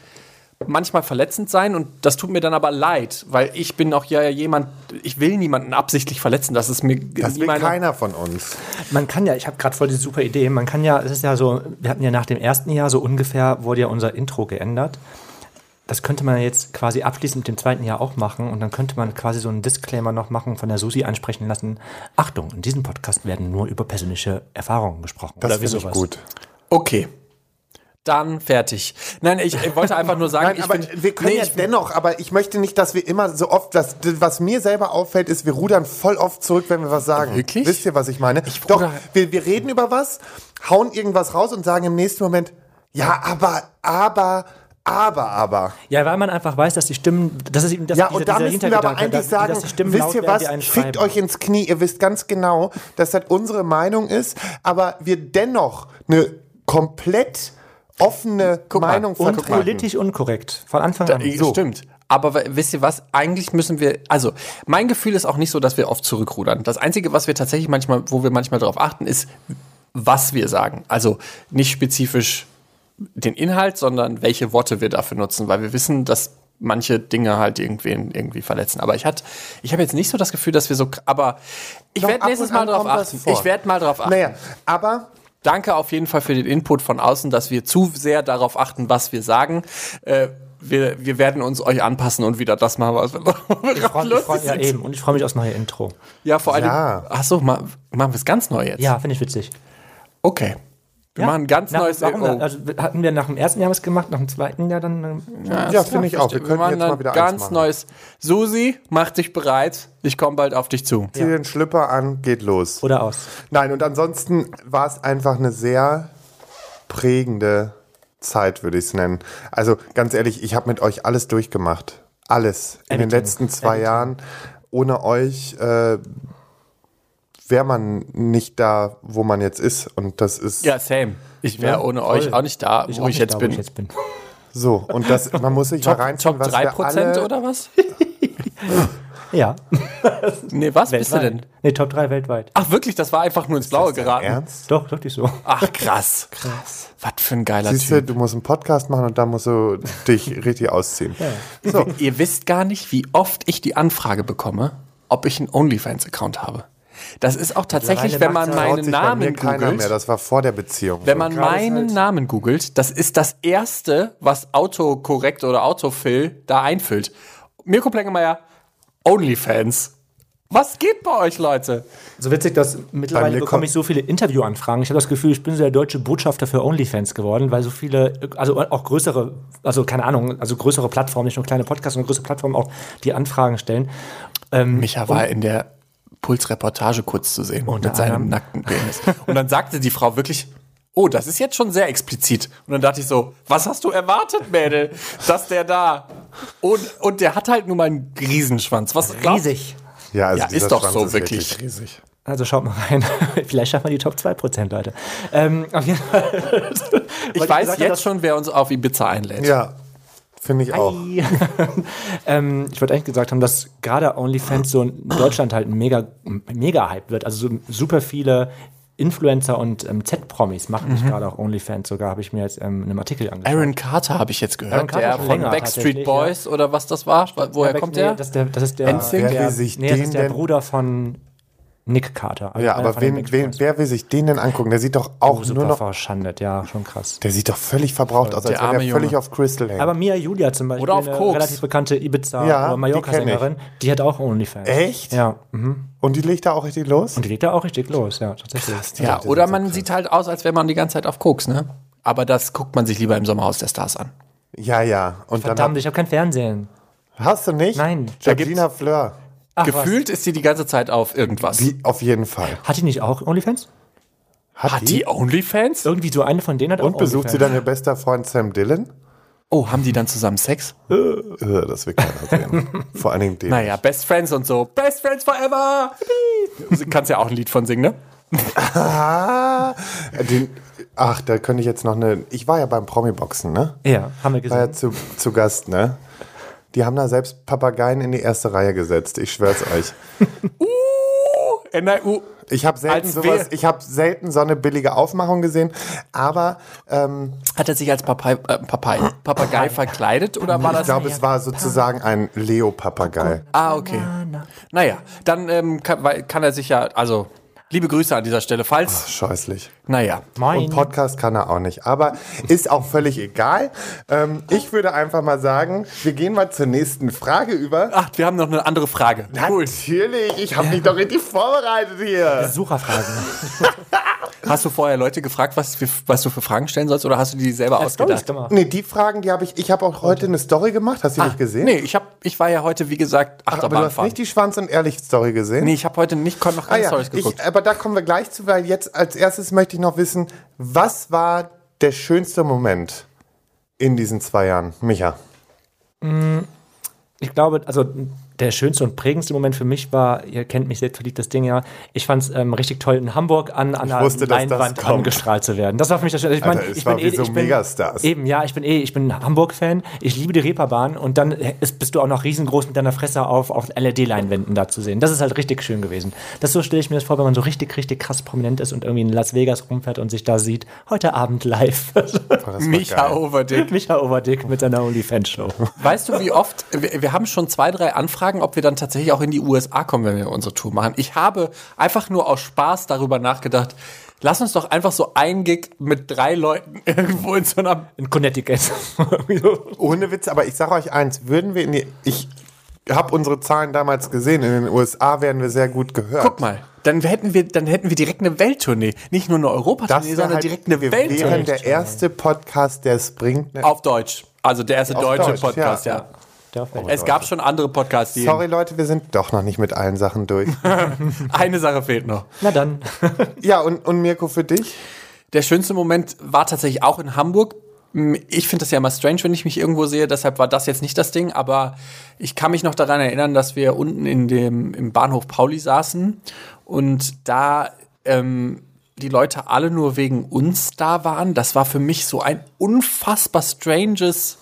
A: manchmal verletzend sein und das tut mir dann aber leid, weil ich bin auch ja jemand, ich will niemanden absichtlich verletzen. Das ist mir
B: Das
A: nie
B: will
A: meine-
B: keiner von uns.
C: Man kann ja, ich habe gerade voll die super Idee, man kann ja, es ist ja so, wir hatten ja nach dem ersten Jahr so ungefähr, wurde ja unser Intro geändert. Das könnte man jetzt quasi abschließend mit dem zweiten Jahr auch machen und dann könnte man quasi so einen Disclaimer noch machen, von der Susi ansprechen lassen. Achtung, in diesem Podcast werden nur über persönliche Erfahrungen gesprochen.
B: Das
C: oder wie
B: finde ich
C: sowas.
B: gut.
A: Okay. dann fertig. Nein, ich, ich wollte einfach nur sagen,
B: Nein,
A: ich
B: aber
A: find-
B: wir können
A: nee,
B: ja
A: ich-
B: dennoch, aber ich möchte nicht, dass wir immer so oft, was, was mir selber auffällt, ist, wir rudern voll oft zurück, wenn wir was sagen.
A: Wirklich?
B: Wisst ihr, was ich meine? Doch,
A: ruder-
B: wir, wir reden über was, hauen irgendwas raus und sagen im nächsten Moment, ja, aber, aber, aber, aber.
C: Ja, weil man einfach weiß, dass die Stimmen, dass es eben dass
B: Ja,
C: dieser-
B: und da
C: Also dieser
B: müssen wir aber
C: Hintergedanke,
B: eigentlich
C: dass-
B: sagen,
C: dass die Stimmen laut
B: wisst ihr
C: werden,
B: was,
C: die einen
B: fickt
C: schreiben.
B: euch ins Knie, ihr wisst ganz genau, dass das unsere Meinung ist, aber wir dennoch eine komplett offene
A: mal,
B: Meinung
C: und
B: vertreten.
C: politisch unkorrekt von Anfang an.
A: Ja, äh, Stimmt. Aber we- wisst ihr was? Eigentlich müssen wir, also mein Gefühl ist auch nicht so, dass wir oft zurückrudern. Das Einzige, was wir tatsächlich manchmal, wo wir manchmal darauf achten, ist, was wir sagen. Also nicht spezifisch den Inhalt, sondern welche Worte wir dafür nutzen, weil wir wissen, dass manche Dinge halt irgendwen irgendwie verletzen. Aber ich hatte, ich habe jetzt nicht so das Gefühl, dass wir so, aber ich
B: Doch, ab
A: werde nächstes
B: und
A: Mal
B: an
A: darauf
B: kommt das
A: achten.
B: vor.
A: Ich werde mal darauf achten.
B: Naja, aber
A: Danke auf jeden Fall für den Input von außen, dass wir zu sehr darauf achten, was wir sagen. Äh, wir, wir werden uns euch anpassen und wieder das machen, was wir
C: Ich freu, ich freu,
A: los
C: ja, eh. eben. Und ich freue mich aufs neue Intro.
A: Ja, vor allem.
B: Ja.
A: Ach so, ma, machen wir es ganz neu jetzt.
C: Ja, finde ich witzig.
A: Okay. Wir
C: ja?
A: machen ein ganz
C: Na,
A: neues.
C: warum,
A: oh.
C: denn? Also hatten wir nach dem ersten Jahr was gemacht, nach dem zweiten Jahr dann. ähm,
B: ja, finde ich auch. Wir können
A: machen
B: jetzt mal
A: ein
B: wieder eins
A: ganz
B: machen.
A: neues. Susi, mach dich bereit. Ich komme bald auf dich zu.
B: Zieh den Schlüpper an, geht los.
C: Oder aus.
B: Nein, und ansonsten war es einfach eine sehr prägende Zeit, würde ich es nennen. Also ganz ehrlich, ich habe mit euch alles durchgemacht. Alles. In den
C: Everything.
B: letzten zwei Jahren. Ohne euch äh, wäre man nicht da, wo man jetzt ist. Und das ist
A: Ja, same. Ich wäre
C: Ja,
A: ohne
C: voll.
A: euch auch nicht da,
C: Ich
A: wo
C: auch
A: ich
C: nicht
A: jetzt
C: da, wo
A: bin.
C: Ich jetzt bin.
B: so. Und das, man muss sich
A: Top,
B: mal reinziehen,
A: Top
B: was wir
A: 3%
B: alle,
A: oder was?
C: Ja.
A: Nee, was bist du denn?
C: Nee, Top 3 weltweit.
A: Ach wirklich, das war einfach nur ins Blaue geraten.
B: Ernst?
C: Doch, wirklich so.
A: Ach, krass. Krass. Was für ein geiler
B: Siehst du,
A: Typ.
B: du musst einen Podcast machen und da musst du dich richtig ausziehen. So,
A: Ihr wisst gar nicht, wie oft ich die Anfrage bekomme, ob ich einen OnlyFans-Account habe. Das ist auch tatsächlich, wenn man
B: halt traut
A: meinen
B: sich bei mir
A: Namen
B: keiner mehr.
A: googelt.
B: Das halt war vor der Beziehung.
A: Wenn man
B: Gerade
A: meinen Namen googelt, das ist das Erste, was Autokorrekt oder Autofill da einfüllt. Mirko Plengemeier, OnlyFans. Was geht bei euch, Leute?
C: So witzig, dass
B: Bei
C: mittlerweile
B: mir
C: bekomme
B: kommt-
C: ich so viele Interviewanfragen. Ich habe das Gefühl, ich bin so der deutsche Botschafter für OnlyFans geworden, weil so viele, also auch größere, also keine Ahnung, also größere Plattformen, nicht nur kleine Podcasts, sondern größere Plattformen auch die Anfragen stellen.
A: Micha war in der Puls-Reportage kurz zu sehen mit seinem nackten Penis. Und dann sagte die Frau wirklich, oh, das ist jetzt schon sehr explizit. Und dann dachte ich so, was hast du erwartet, Mädel, dass der da... Und, und der hat halt nur mal einen Riesenschwanz. Was glaubst-
C: Riesig.
B: Ja, also
A: Ja,
B: dieser
A: ist doch
B: Schwanz
A: so
B: ist
A: wirklich.
B: riesig.
C: Also schaut mal rein. Vielleicht schaffen wir die Top 2%, Leute. Ähm, auf jeden Fall.
A: Ich weiß jetzt schon, wer uns auf Ibiza einlädt.
B: Ja, finde ich auch.
C: ähm, ich wollte eigentlich gesagt haben, dass gerade OnlyFans so in Deutschland halt ein mega, mega Hype wird. Also so super viele Influencer und ähm, Z-Promis machen
A: Mhm.
C: sich gerade auch OnlyFans sogar, habe ich mir jetzt ähm, in einem Artikel angeschaut.
A: Aaron Carter habe ich jetzt
C: Aaron
A: gehört,
C: Carter
A: der
C: schon
A: von
C: länger
A: Backstreet
C: tatsächlich, ja.
A: Boys oder was das war. Woher
C: Ja,
A: kommt
C: nee,
A: der?
C: Das ist der, das ist der,
A: NSYNC?
B: Wer
A: Ja.
B: will sich
C: nee, das
B: den
C: ist der
B: denn?
C: Bruder von Nick Carter. also
B: ja,
C: einer
B: aber
C: von den
B: wen,
C: Backstreet
B: wen,
C: Boys.
B: wer will sich den denn angucken? Der sieht doch auch nur
C: Oh, super
B: noch.
C: verschandet, ja, schon krass.
B: Der sieht doch völlig verbraucht aus, als
A: Der arme
B: wenn er völlig
A: Junge.
B: auf Crystal hängt.
C: Aber Mia Julia zum Beispiel,
A: Oder auf
C: eine
A: Koks.
C: relativ bekannte Ibiza-
B: Ja,
C: oder
B: die
C: Mallorca-Sängerin, die hat auch OnlyFans.
B: Echt?
C: Ja. mhm.
B: Und die legt da auch richtig los?
C: Und die geht da auch richtig los, ja, tatsächlich.
A: Ja, oder man sieht halt aus, als wäre man die ganze Zeit auf Koks, ne? Aber das guckt man sich lieber im Sommerhaus der Stars an.
B: Ja, ja. Und
C: Verdammt, ich habe kein Fernsehen.
B: dann hab- hast du nicht?
C: Nein. Da
B: Georgina Fleur.
C: Ach,
A: Gefühlt ist sie die ganze Zeit auf irgendwas.
B: Die auf jeden Fall.
C: Was. Hat die nicht auch OnlyFans?
A: Hat die OnlyFans?
C: Irgendwie so eine von denen hat
B: Und
C: auch
B: besucht sie dann
C: OnlyFans.
B: ihr bester Freund Sam Dillon?
A: Oh, haben die dann zusammen Sex?
B: Äh, Das will keiner sehen. Vor allen Dingen den.
A: Naja, Best Friends und so. Best Friends forever! Du kannst ja auch ein Lied von singen, ne?
B: Ah, den. Ach, da könnte ich jetzt noch eine. Ich war ja beim Promi-Boxen, ne?
C: Ja, haben wir
B: war ja
C: gesehen.
B: zu, zu Gast, ne? Die haben da selbst Papageien in die erste Reihe gesetzt. Ich schwör's euch.
A: Uh, NIU.
B: Ich habe selten
A: Als
B: sowas,
A: wer-
B: ich habe selten so eine billige Aufmachung gesehen, aber ähm,
A: Hat er sich als Papai, äh, Papai, Papagei verkleidet oder war
B: ich
A: das?
B: glaube, es war sozusagen ein Leo-Papagei.
A: Ah, okay. Naja, dann ähm, kann, weil- kann er sich ja, also, liebe Grüße an dieser Stelle, falls,
B: Scheußlich.
A: naja.
C: Moin.
B: Und Podcast kann er auch nicht, aber ist auch völlig egal. Ähm, ich würde einfach mal sagen, wir gehen mal zur nächsten Frage über.
A: Ach, wir haben noch eine andere Frage.
B: Natürlich, ich habe mich doch richtig vorbereitet hier.
C: Besucherfragen.
A: Hast du vorher Leute gefragt, was, für- was du für Fragen stellen sollst oder hast du die selber ausgedacht?
B: Nee, die Fragen, die habe ich. Ich habe auch heute eine Story gemacht. Hast du
A: Ah,
B: die nicht gesehen?
A: Nee, ich, hab, ich war ja heute, wie gesagt,
B: Ach, aber du hast
A: Achterbahnfahren.
B: nicht die Schwanz- und Ehrlich-Story gesehen? Ah
A: nee, ich habe heute nicht, kon- noch keine Stories geguckt.
B: ich, aber da kommen wir gleich zu, weil jetzt als erstes möchte ich noch wissen, was war der schönste Moment in diesen zwei Jahren? Micha.
C: Ich glaube, also der schönste und prägendste Moment für mich war, ihr kennt mich selbstverliebt, das Ding ja, ich fand es ähm, richtig toll, in Hamburg an, an einer
B: wusste, dass das
C: Leinwand
B: kommt.
C: angestrahlt zu werden. Das war für mich das Schönste. Ich meine,
B: Alter, es
C: ich
B: war
C: bin
B: wie
C: eh,
B: so
C: ich bin,
B: Megastars.
C: Eben, ja, ich bin eh, ich bin Hamburg-Fan, ich liebe die Reeperbahn und dann äh, ist, bist du auch noch riesengroß mit deiner Fresse auf, auf LED-Leinwänden da zu sehen. Das ist halt richtig schön gewesen. Das so stelle ich mir das vor, wenn man so richtig, richtig krass prominent ist und irgendwie in Las Vegas rumfährt und sich da sieht, heute Abend live.
A: Micha Overdick.
C: Micha Overdick mit seiner OnlyFans-Show.
A: Weißt du, wie oft, wir, wir haben schon zwei, drei Anfragen, ob wir dann tatsächlich auch in die USA kommen, wenn wir unsere Tour machen. Ich habe einfach nur aus Spaß darüber nachgedacht, lass uns doch einfach so einen Gig mit drei Leuten irgendwo in so einer...
C: In Connecticut.
B: Ohne Witz, aber ich sage euch eins, würden wir in die. Ich habe unsere Zahlen damals gesehen. In den USA werden wir sehr gut gehört.
A: Guck mal, dann hätten wir, dann hätten wir direkt eine Welttournee. Nicht nur eine
B: Das
A: Europatournee,
B: wäre
A: sondern
B: halt,
A: direkt eine
B: wir wären
A: Welttournee.
B: der erste Podcast, der es bringt.
A: Auf Deutsch. Also der erste
B: Auf
A: deutsche
B: Deutsch,
A: Podcast,
B: ja.
A: ja.
C: Darf man-
A: Es gab schon andere Podcasts, die
B: Sorry, Leute, wir sind doch noch nicht mit allen Sachen durch.
A: eine Sache fehlt noch.
C: Na dann.
B: ja, und, und Mirko, für dich?
A: Der schönste Moment war tatsächlich auch in Hamburg. Hm, Ich finde das ja immer strange, wenn ich mich irgendwo sehe, deshalb war das jetzt nicht das Ding, aber ich kann mich noch daran erinnern, dass wir unten in dem, im Bahnhof Pauli saßen und da ähm, die Leute alle nur wegen uns da waren. Das war für mich so ein unfassbar stranges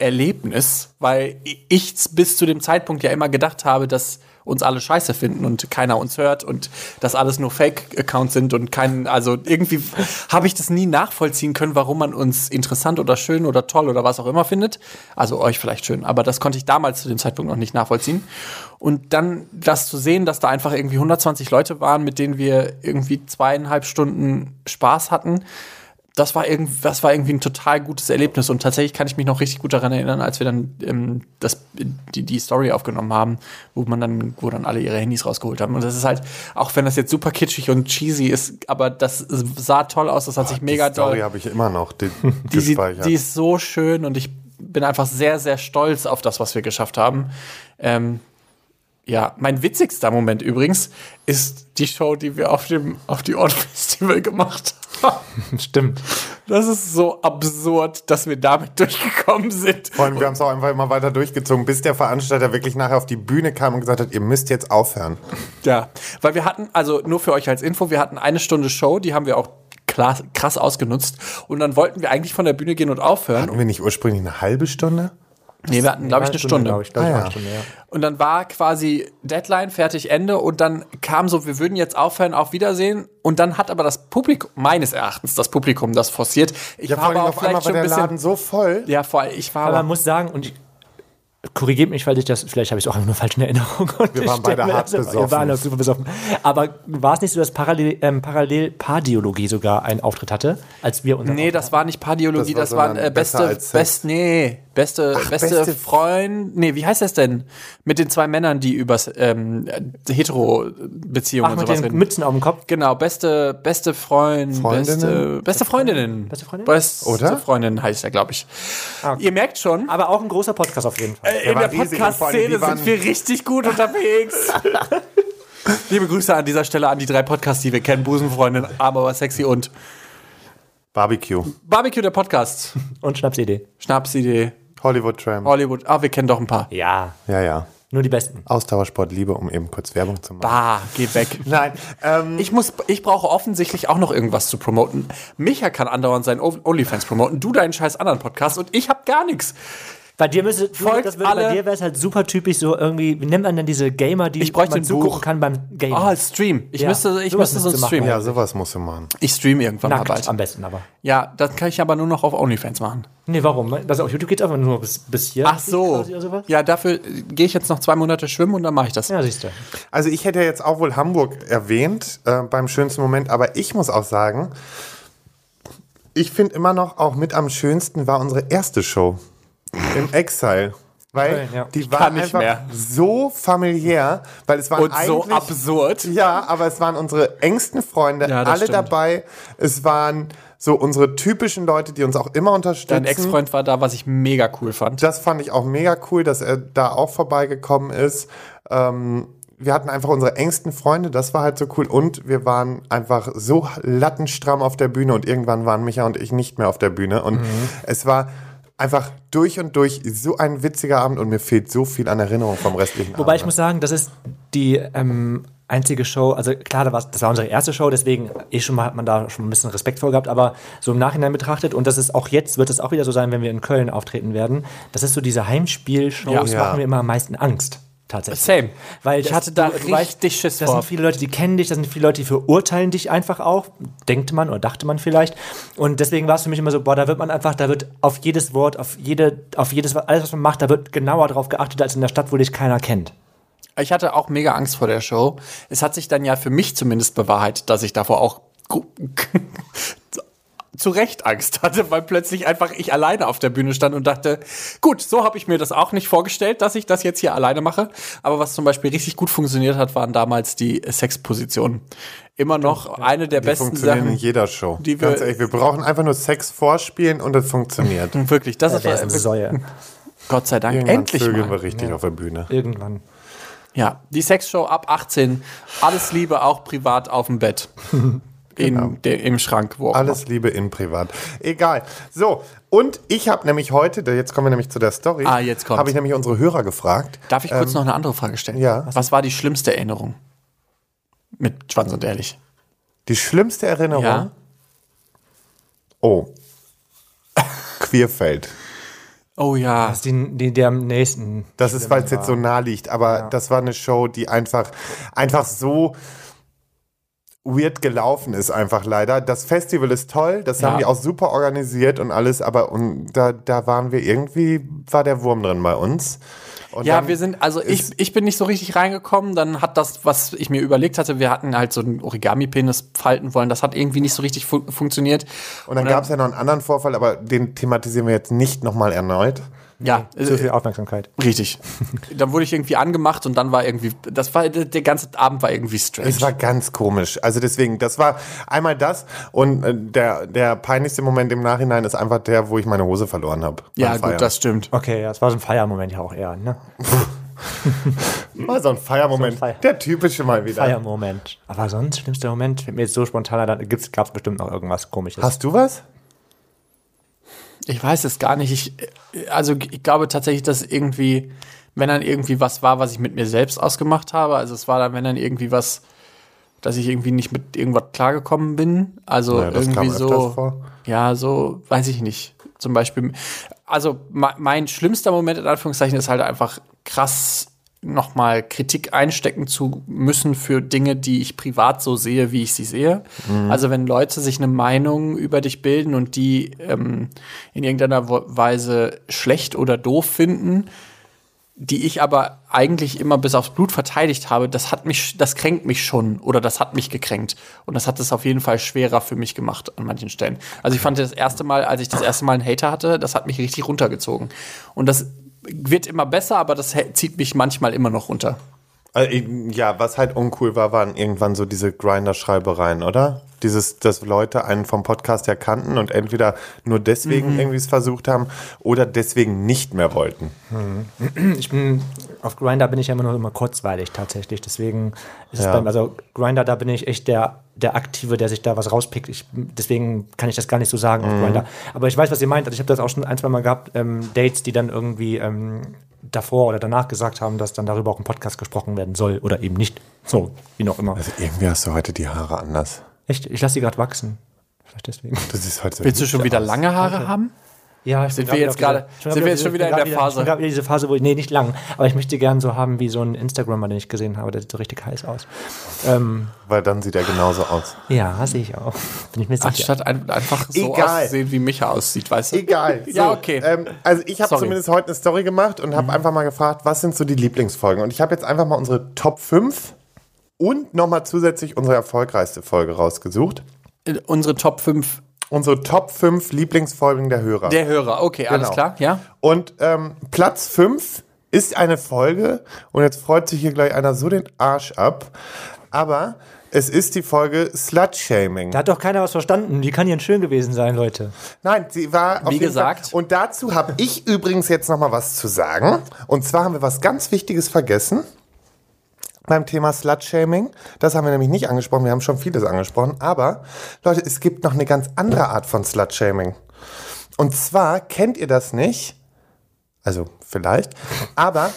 A: Erlebnis, weil ich bis zu dem Zeitpunkt ja immer gedacht habe, dass uns alle scheiße finden und keiner uns hört und dass alles nur Fake-Accounts sind und kein, also irgendwie habe ich das nie nachvollziehen können, warum man uns interessant oder schön oder toll oder was auch immer findet. Also euch vielleicht schön, aber das konnte ich damals zu dem Zeitpunkt noch nicht nachvollziehen. Und dann das zu sehen, dass da einfach irgendwie 120 Leute waren, mit denen wir irgendwie zweieinhalb Stunden Spaß hatten, das war, irgend, das war irgendwie ein total gutes Erlebnis und tatsächlich kann ich mich noch richtig gut daran erinnern, als wir dann ähm, das, die, die Story aufgenommen haben, wo man dann, wo dann alle ihre Handys rausgeholt haben. Und das ist halt, auch wenn das jetzt super kitschig und cheesy ist, aber das sah toll aus, das hat sich mega
B: Ah, die Story
A: toll.
B: habe ich immer noch die,
A: Die, sieht-
B: gespeichert.
A: die ist so schön und ich bin einfach sehr, sehr stolz auf das, was wir geschafft haben. Ähm, ja, mein witzigster Moment übrigens ist die Show, die wir auf dem auf die Ort Festival gemacht haben.
C: Stimmt.
A: Das ist so absurd, dass wir damit durchgekommen sind.
B: Vor allem, wir haben es auch einfach immer weiter durchgezogen, bis der Veranstalter wirklich nachher auf die Bühne kam und gesagt hat, ihr müsst jetzt aufhören.
A: Ja, weil wir hatten, also nur für euch als Info, wir hatten eine Stunde Show, die haben wir auch klar, krass ausgenutzt. Und dann wollten wir eigentlich von der Bühne gehen und aufhören.
B: Hatten wir nicht ursprünglich eine halbe Stunde?
A: Nee, wir hatten, glaube ich, eine Stunde.
C: glaub ich, glaub ich,
B: Ah,
C: eine
B: ja.
C: Stunde, ja.
A: Und dann war quasi Deadline, fertig, Ende. Und dann kam so, wir würden jetzt aufhören, auf Wiedersehen. Und dann hat aber das Publikum, meines Erachtens, das Publikum das forciert. Ich
B: Ja,
A: war
B: vor allem
A: aber auch
B: auf einmal
A: vielleicht
B: war
A: schon ein
B: der
A: bisschen...
B: Laden so voll.
A: Ja, vor allem, ich war
C: Aber man
A: aber...
C: muss sagen, und ich, korrigiert mich, weil ich das, vielleicht habe ich es auch einfach nur falsch in Erinnerung. Und
B: Wir
C: ich
B: waren beide
C: stell mir
B: hart besoffen.
C: Wir waren super besoffen. Aber war es nicht so, dass parallel, ähm, parallel Pardiologie sogar einen Auftritt hatte, als wir unseren
A: Nee, das war nicht Pardiologie,
B: Das
A: das,
B: war
A: waren
B: sondern
A: äh, beste,
B: besser als Sex.
A: best, nee, beste, beste,
B: beste-
A: Freund, nee, wie heißt das denn? Mit den zwei Männern, die übers ähm, äh, Hetero-Beziehungen
C: Ach,
A: und
C: mit
A: sowas
C: den
A: reden.
C: Mützen auf dem Kopf.
A: genau, beste, beste Freund,
B: Freundinnen?
A: beste, beste Freundinnen.
C: Beste Freundin?
A: Beste
B: Oder?
A: Freundin heißt er, glaube ich. Ihr merkt schon,
C: Aber auch ein großer Podcast auf jeden Fall.
A: in
B: war
A: der
B: riesig und vor allem, die
A: Podcast-Szene
B: waren-
A: sind wir richtig gut unterwegs. Liebe Grüße an dieser Stelle an die drei Podcasts, die wir kennen. Busenfreundin, arm aber sexy und
B: Barbecue,
A: Barbecue, der Podcast.
C: Und Schnapsidee.
A: Schnapsidee.
B: Hollywood Tram.
A: Hollywood. Ah, wir kennen doch ein paar.
C: Ja,
B: ja, ja.
C: nur die Besten.
B: Ausdauersport Liebe, um eben kurz Werbung zu machen.
A: Bah, Ah, geh weg.
B: Nein, ähm,
A: Ich, muss, ich brauche offensichtlich auch noch irgendwas zu promoten. Micha kann andauernd seinen O- Onlyfans promoten, du deinen scheiß anderen Podcast und ich hab gar nichts.
C: Bei dir müsste,
A: Folgt
C: das würde, bei
A: alle-
C: dir wäre es halt super typisch so irgendwie, wie nennt man denn diese Gamer, die
A: Ich bräuchte
C: man
A: ein
C: zugucken
A: Buch.
C: kann beim Game.
A: Ah, Stream. Ich
C: Ja,
A: müsste, ich
C: sowas
A: müsste so einen
C: müsste
A: Stream.
C: machen.
B: ja, sowas musst du machen.
A: Ich stream irgendwann mal
C: Nackt
A: bald.
C: am besten aber.
A: Ja, das kann ich aber nur noch auf Onlyfans machen.
C: Nee, warum? Also auf YouTube geht's einfach nur bis, bis hier.
A: Ach so.
C: Quasi oder sowas?
A: Ja, dafür äh, gehe ich jetzt noch zwei Monate schwimmen und dann mache ich das.
C: Ja, siehst du.
B: Also ich hätte ja jetzt auch wohl Hamburg erwähnt äh, beim schönsten Moment, aber ich muss auch sagen, ich finde immer noch auch mit am schönsten war unsere erste Show im Exile. Weil
C: Köln, ja.
B: die
A: kann
B: waren
A: nicht
B: einfach
A: mehr.
B: so familiär, weil es waren
A: Und so
B: eigentlich-
A: absurd.
B: Ja, aber es waren unsere engsten Freunde,
A: Ja, das
B: alle
A: stimmt.
B: dabei. Es waren so unsere typischen Leute, die uns auch immer unterstützen.
A: Dein
C: ne?
A: Ex-Freund war da, was ich mega cool fand.
B: Das fand ich auch mega cool, dass er da auch vorbeigekommen ist. Ähm, wir hatten einfach unsere engsten Freunde, das war halt so cool. Und wir waren einfach so lattenstramm auf der Bühne und irgendwann waren Micha und ich nicht mehr auf der Bühne. Und
A: Mhm.
B: es war einfach durch und durch so ein witziger Abend und mir fehlt so viel an Erinnerung vom restlichen
C: Wobei
B: Abend.
C: ich muss sagen, das ist die ähm, einzige Show, also klar, da war's- das war unsere erste Show, deswegen eh schon mal hat man da schon ein bisschen Respekt vor gehabt, aber so im Nachhinein betrachtet, und das ist auch jetzt, wird es auch wieder so sein, wenn wir in Köln auftreten werden, das ist so diese Heimspiel-Shows,
B: Ja.
C: machen mir immer am meisten Angst. Tatsächlich.
A: Same.
C: Weil
A: Ich
C: das-
A: hatte da richtig Schiss
C: Das
A: vor.
C: sind viele Leute, die kennen dich, das sind viele Leute, die verurteilen dich einfach auch, denkt man oder dachte man vielleicht. Und deswegen war es für mich immer so, boah, da wird man einfach, da wird auf jedes Wort, auf jede, auf jedes, alles, was man macht, da wird genauer drauf geachtet, als in der Stadt, wo dich keiner kennt.
A: Ich hatte auch mega Angst vor der Show. Es hat sich dann ja für mich zumindest bewahrheitet, dass ich davor auch gro- zu Recht Angst hatte, weil plötzlich einfach ich alleine auf der Bühne stand und dachte, gut, so habe ich mir das auch nicht vorgestellt, dass ich das jetzt hier alleine mache. Aber was zum Beispiel richtig gut funktioniert hat, waren damals die Sexpositionen. Immer noch eine der
B: die
A: besten
B: funktionieren in
A: Sachen.
B: jeder Show.
A: die wir-
B: Ganz ehrlich, wir brauchen einfach nur Sex vorspielen und das funktioniert.
A: Wirklich, das
C: Das
A: ist
C: war eine
A: war,
C: Also, Säue.
A: Gott sei Dank
B: Irgendwann
A: endlich
B: vögeln
A: mal.
B: wir richtig auf der Bühne.
C: Irgendwann.
A: Ja, die Sexshow ab 18. Alles Liebe auch privat auf dem Bett. In,
B: Genau.
A: der- Im Schrank, wo auch
B: Alles Liebe in privat. Egal. So, und ich habe nämlich heute, da- jetzt kommen wir nämlich zu der Story.
A: Ah, jetzt kommt's.
B: Habe ich nämlich unsere Hörer gefragt.
A: Darf ich kurz noch eine andere Frage stellen?
B: Ähm, ja.
A: Was war die schlimmste Erinnerung? Mit Schwanz und ehrlich.
B: Die schlimmste Erinnerung.
A: Ja.
B: Oh. Queerfeld.
A: Oh ja.
C: Das ist die, die, die am nächsten.
B: Das ist, weil es jetzt so nah liegt, aber das war eine Show, die einfach, einfach so weird gelaufen ist, einfach leider. Das Festival ist toll, das
A: Ja.
B: haben die auch super organisiert und alles, aber und da, da waren wir irgendwie, war der Wurm drin bei uns. Und
A: Ja,
B: dann-
A: wir sind, also ich, ich bin nicht so richtig reingekommen. Dann hat das, was ich mir überlegt hatte, wir hatten halt so einen Origami-Penis falten wollen. Das hat irgendwie nicht so richtig fu funktioniert.
B: Und dann gab es ja noch einen anderen Vorfall, aber den thematisieren wir jetzt nicht nochmal erneut.
A: Ja,
C: Zu
A: äh,
C: viel Aufmerksamkeit.
A: richtig. dann wurde ich irgendwie angemacht und dann war irgendwie, das war, der, der ganze Abend war irgendwie strange.
B: Es war ganz komisch. Also deswegen, das war einmal das und äh, der, der peinlichste Moment im Nachhinein ist einfach der, wo ich meine Hose verloren habe. beim
A: ja, gut,
B: Feiern.
A: das stimmt.
C: Okay, ja, es war so ein Feiermoment ja auch eher, ne?
B: Mal so ein Feiermoment.
C: So ein Feier-
B: Der typische mal wieder.
C: Feiermoment. Aber sonst, schlimmster Moment, fällt mir jetzt so spontan, da gab es bestimmt noch irgendwas komisches.
B: Hast du was?
A: Ich weiß es gar nicht. Ich, äh, also ich glaube tatsächlich, dass irgendwie, wenn dann irgendwie was war, was ich mit mir selbst ausgemacht habe. Also es war dann, wenn dann irgendwie was, dass ich irgendwie nicht mit irgendwas klargekommen bin. Also
B: Naja, das kam
A: irgendwie
B: öfters
A: so.
B: vor.
A: Ja, so weiß ich nicht. Zum Beispiel, also me- mein schlimmster Moment in Anführungszeichen ist halt einfach krass nochmal Kritik einstecken zu müssen für Dinge, die ich privat so sehe, wie ich sie sehe.
B: Mhm.
A: Also wenn Leute sich eine Meinung über dich bilden und die ähm, in irgendeiner Wo- Weise schlecht oder doof finden, die ich aber eigentlich immer bis aufs Blut verteidigt habe, das hat mich, das kränkt mich schon oder das hat mich gekränkt. Und das hat es auf jeden Fall schwerer für mich gemacht an manchen Stellen. Also ich fand das erste Mal, als ich das erste Mal einen Hater hatte, das hat mich richtig runtergezogen. Und das wird immer besser, aber das hä- zieht mich manchmal immer noch runter.
B: Also, ich- ja, was halt uncool war, waren irgendwann so diese Grinder-Schreibereien, oder? Dieses, dass Leute einen vom Podcast ja kannten und entweder nur deswegen
A: Mhm.
B: irgendwie es versucht haben oder deswegen nicht mehr wollten.
C: ich bin, auf Grinder bin ich ja immer nur immer kurzweilig tatsächlich. Deswegen ist es beim, also Grinder, da bin ich echt der, der Aktive, der sich da was rauspickt. Ich, deswegen kann ich das gar nicht so sagen
A: Mhm.
C: auf Grinder. Aber ich weiß, was ihr meint. Also ich habe das auch schon ein, zwei Mal gehabt, ähm, Dates, die dann irgendwie ähm, davor oder danach gesagt haben, dass dann darüber auch im Podcast gesprochen werden soll oder eben nicht. So, wie noch immer.
B: Also irgendwie hast du heute die Haare anders.
C: Echt, ich lasse sie gerade wachsen. Vielleicht deswegen.
B: Du siehst heute so
A: Willst du schon
B: hübsch
A: wieder
B: aus.
A: lange Haare haben?
C: Ja, ich bin
A: Sind wir jetzt
C: wieder auf
A: gerade-
C: dieser-
A: sind wir jetzt schon
C: ich bin
A: wieder in
C: gerade
A: der
C: Ich
A: Phase?
C: bin gerade wieder diese Phase, wo ich, nee, nicht lang, aber ich möchte gerne so haben wie so ein Instagrammer, den ich gesehen habe, der sieht so richtig heiß aus. Ähm,
B: Weil dann sieht er genauso aus.
C: ja, sehe ich auch. Bin ich mir sicher.
A: Anstatt ein, einfach so
B: Egal.
A: auszusehen, wie Micha aussieht, weißt du?
B: Egal.
A: Ja, okay.
B: Ähm, also ich habe
A: Sorry. Mhm.
B: zumindest heute eine Story gemacht und habe einfach mal gefragt, was sind so die Lieblingsfolgen? Und ich habe jetzt einfach mal unsere Top 5 und nochmal zusätzlich unsere erfolgreichste Folge rausgesucht.
A: Äh, Unsere Top 5
B: Unsere Top 5 Lieblingsfolgen der Hörer.
A: Der Hörer, okay, alles
B: Genau.
A: klar, ja.
B: Und ähm, Platz 5 ist eine Folge, und jetzt freut sich hier gleich einer so den Arsch ab, aber es ist die Folge Slut-Shaming.
C: Da hat doch keiner was verstanden. Die kann hier schön gewesen sein, Leute.
B: Nein, sie war auf
A: Wie
B: jeden
A: gesagt.
B: Fall. Und dazu habe ich übrigens jetzt noch mal was zu sagen. Und zwar haben wir was ganz Wichtiges vergessen beim Thema Slut-Shaming. Das haben wir nämlich nicht angesprochen. Wir haben schon vieles angesprochen. Aber, Leute, es gibt noch eine ganz andere Art von Slut-Shaming. Und zwar kennt ihr das nicht. Also vielleicht. Aber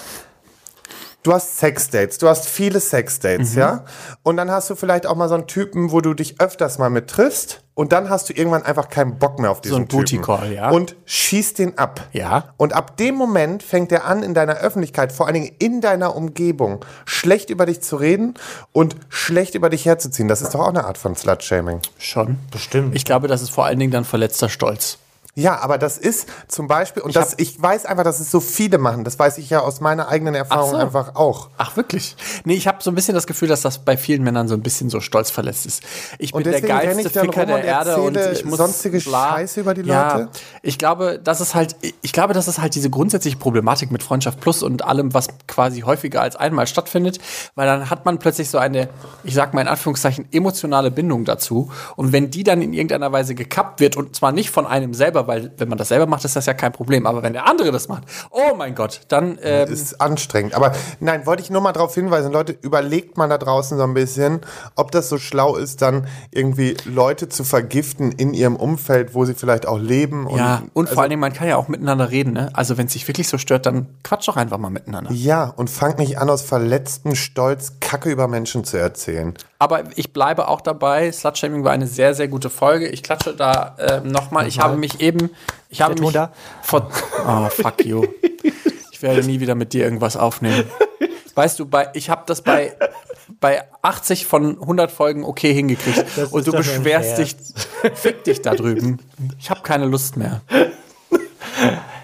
B: du hast Sexdates, du hast viele
A: Mhm.
B: Sexdates, ja? Und dann hast du vielleicht auch mal so einen Typen, wo du dich öfters mal mit triffst und dann hast du irgendwann einfach keinen Bock mehr auf diesen
A: ein Booty
B: Typen.
A: Call, ja.
B: Und schießt den ab.
A: Ja.
B: Und ab dem Moment fängt er an, in deiner Öffentlichkeit, vor allen Dingen in deiner Umgebung, schlecht über dich zu reden und schlecht über dich herzuziehen. Das ist doch auch eine Art von Slut-Shaming.
A: Schon.
C: Bestimmt.
A: Ich glaube, das ist vor allen Dingen dann verletzter Stolz.
B: Ja, aber das ist zum Beispiel, und ich, das,
A: hab-
B: ich weiß einfach, dass es so viele machen. Das weiß ich ja aus meiner eigenen Erfahrung
A: so.
B: einfach auch.
A: Ach, wirklich? Nee, ich habe so ein bisschen das Gefühl, dass das bei vielen Männern so ein bisschen so stolzverletzt ist. Ich bin
B: Und
A: der
B: deswegen renn
A: geilste
B: ich dann
A: Ficker
B: rum
A: der
B: und
A: Erde und
B: erzähle
A: ich muss
B: sonstige
A: bla.
B: Scheiße über die
A: Ja,
B: Leute?
A: ich glaube, das ist halt ich glaube, das ist halt diese grundsätzliche Problematik mit Freundschaft plus und allem, was quasi häufiger als einmal stattfindet, weil dann hat man plötzlich so eine, ich sag mal in Anführungszeichen emotionale Bindung dazu und wenn die dann in irgendeiner Weise gekappt wird und zwar nicht von einem selber, weil wenn man das selber macht, ist das ja kein Problem, aber wenn der andere das macht, oh mein Gott, dann ähm,
B: ist anstrengend. Aber nein, wollte ich nur mal darauf hinweisen, Leute, überlegt mal da draußen so ein bisschen, ob das so schlau ist, dann irgendwie Leute zu vergiften in ihrem Umfeld, wo sie vielleicht auch leben. Und,
A: Ja, und
C: also
A: vor allen Dingen, man kann ja auch miteinander reden, ne? Also wenn es sich wirklich so stört, dann quatsch doch einfach mal miteinander.
B: Ja, und fangt nicht an, aus verletztem Stolz Kacke über Menschen zu erzählen.
A: Aber ich bleibe auch dabei, Slutshaming war eine sehr, sehr gute Folge. Ich klatsche da ähm, nochmal. Ich habe mich eben, ich habe
C: Der
A: mich
C: Ton da?
A: vor... Oh, fuck you. Ich werde nie wieder mit dir irgendwas aufnehmen. Weißt du, bei, ich habe das bei, bei 80 von 100 Folgen okay hingekriegt.
C: Das
A: und
C: ist
A: du
C: doch ein
A: beschwerst dich,
C: Scherz.
A: fick dich da drüben. Ich habe keine Lust mehr.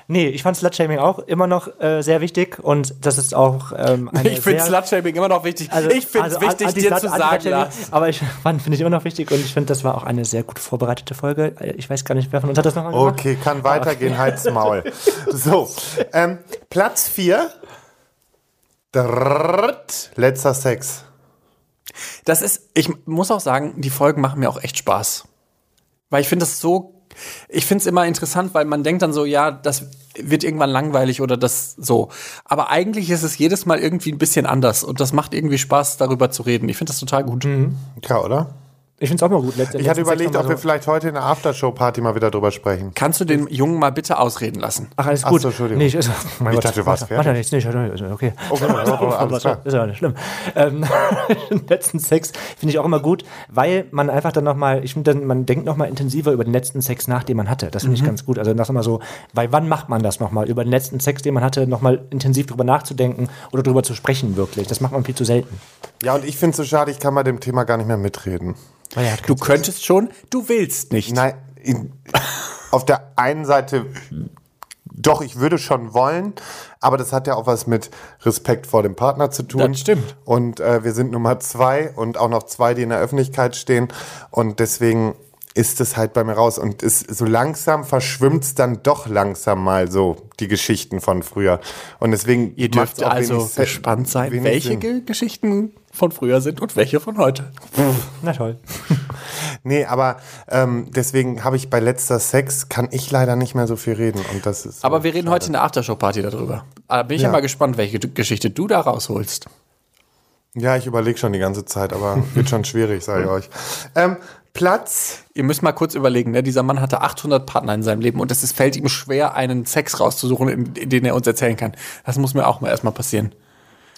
C: Nee, ich fand Slutshaming auch immer noch äh, sehr wichtig und das ist auch ähm, eine
A: Ich finde
C: sehr-
A: Slutshaming immer noch wichtig. ich finde es
C: also
A: wichtig,
C: anti-
A: dir zu
C: anti-
A: sagen,
C: anti-
A: Lars.
C: Aber ich fand, finde ich immer noch wichtig und ich finde, das war auch eine sehr gut vorbereitete Folge. Ich weiß gar nicht, wer von uns hat das nochmal gemacht.
B: Okay, kann weitergehen, halt's Maul. So, ähm, Platz 4. Letzter Sex.
A: Das ist, ich muss auch sagen, die Folgen machen mir auch echt Spaß. Weil ich finde das so, ich finde es immer interessant, weil man denkt dann so, ja, das wird irgendwann langweilig oder das so. Aber eigentlich ist es jedes Mal irgendwie ein bisschen anders und das macht irgendwie Spaß, darüber zu reden. Ich finde das total gut.
B: Mhm. Ja, oder?
C: Ich finde es auch mal gut. Letzte,
B: Ich hatte überlegt, ob wir vielleicht heute in der Aftershow-Party mal wieder drüber sprechen.
A: Kannst du den Jungen mal bitte ausreden lassen?
C: Ach, alles
B: Ach
C: gut.
B: so, Entschuldigung.
C: Nee, ich, also, mein
B: Ich
C: Gott.
B: dachte, du warst
C: Warte, warte,
B: fertig.
C: nichts, nicht, warte, also, okay.
B: Okay, okay, okay, alles
C: alles
B: klar.
C: Ist ja nicht schlimm. Ähm, den letzten Sex finde ich auch immer gut, weil man einfach dann nochmal, ich finde, dann- man denkt nochmal intensiver über den letzten Sex nach, den man hatte. Das
B: Mhm.
C: finde ich ganz gut. Also das immer so, weil wann macht man das nochmal? Über den letzten Sex, den man hatte, nochmal intensiv drüber nachzudenken oder drüber zu sprechen wirklich. Das macht man viel zu selten.
B: Ja, und ich finde es so schade, ich kann bei dem Thema gar nicht mehr mitreden.
C: Weil er hat
A: Du könntest schon, du willst nicht.
B: Nein, in, auf der einen Seite, doch, ich würde schon wollen, aber das hat ja auch was mit Respekt vor dem Partner zu tun.
A: Das stimmt.
B: Und äh, wir sind Nummer zwei und auch noch zwei, die in der Öffentlichkeit stehen. Und deswegen ist es halt bei mir raus. Und es, so langsam verschwimmt es dann doch langsam mal so, die Geschichten von früher. Und deswegen
A: Ihr
B: macht's
A: dürft
B: auch
A: also
B: wenig Sinn-
A: gespannt sein,
B: wenig
A: welche
B: Sinn.
A: Ge- Geschichten von früher sind und welche von heute.
C: Na toll.
B: Nee, aber ähm, deswegen habe ich bei letzter Sex kann ich leider nicht mehr so viel reden und das ist.
A: Aber wir reden heute in der Aftershow-Party darüber. Da bin ich ja.
B: Ja.
A: mal gespannt, welche du- Geschichte du da rausholst.
B: ja, ich überlege schon die ganze Zeit, aber wird schon schwierig, sage ich euch. Ähm, Platz.
A: Ihr müsst mal kurz überlegen, ne? dieser Mann hatte 800 Partner in seinem Leben und es ist, fällt ihm schwer, einen Sex rauszusuchen, in, in den er uns erzählen kann. Das muss mir auch mal erstmal passieren.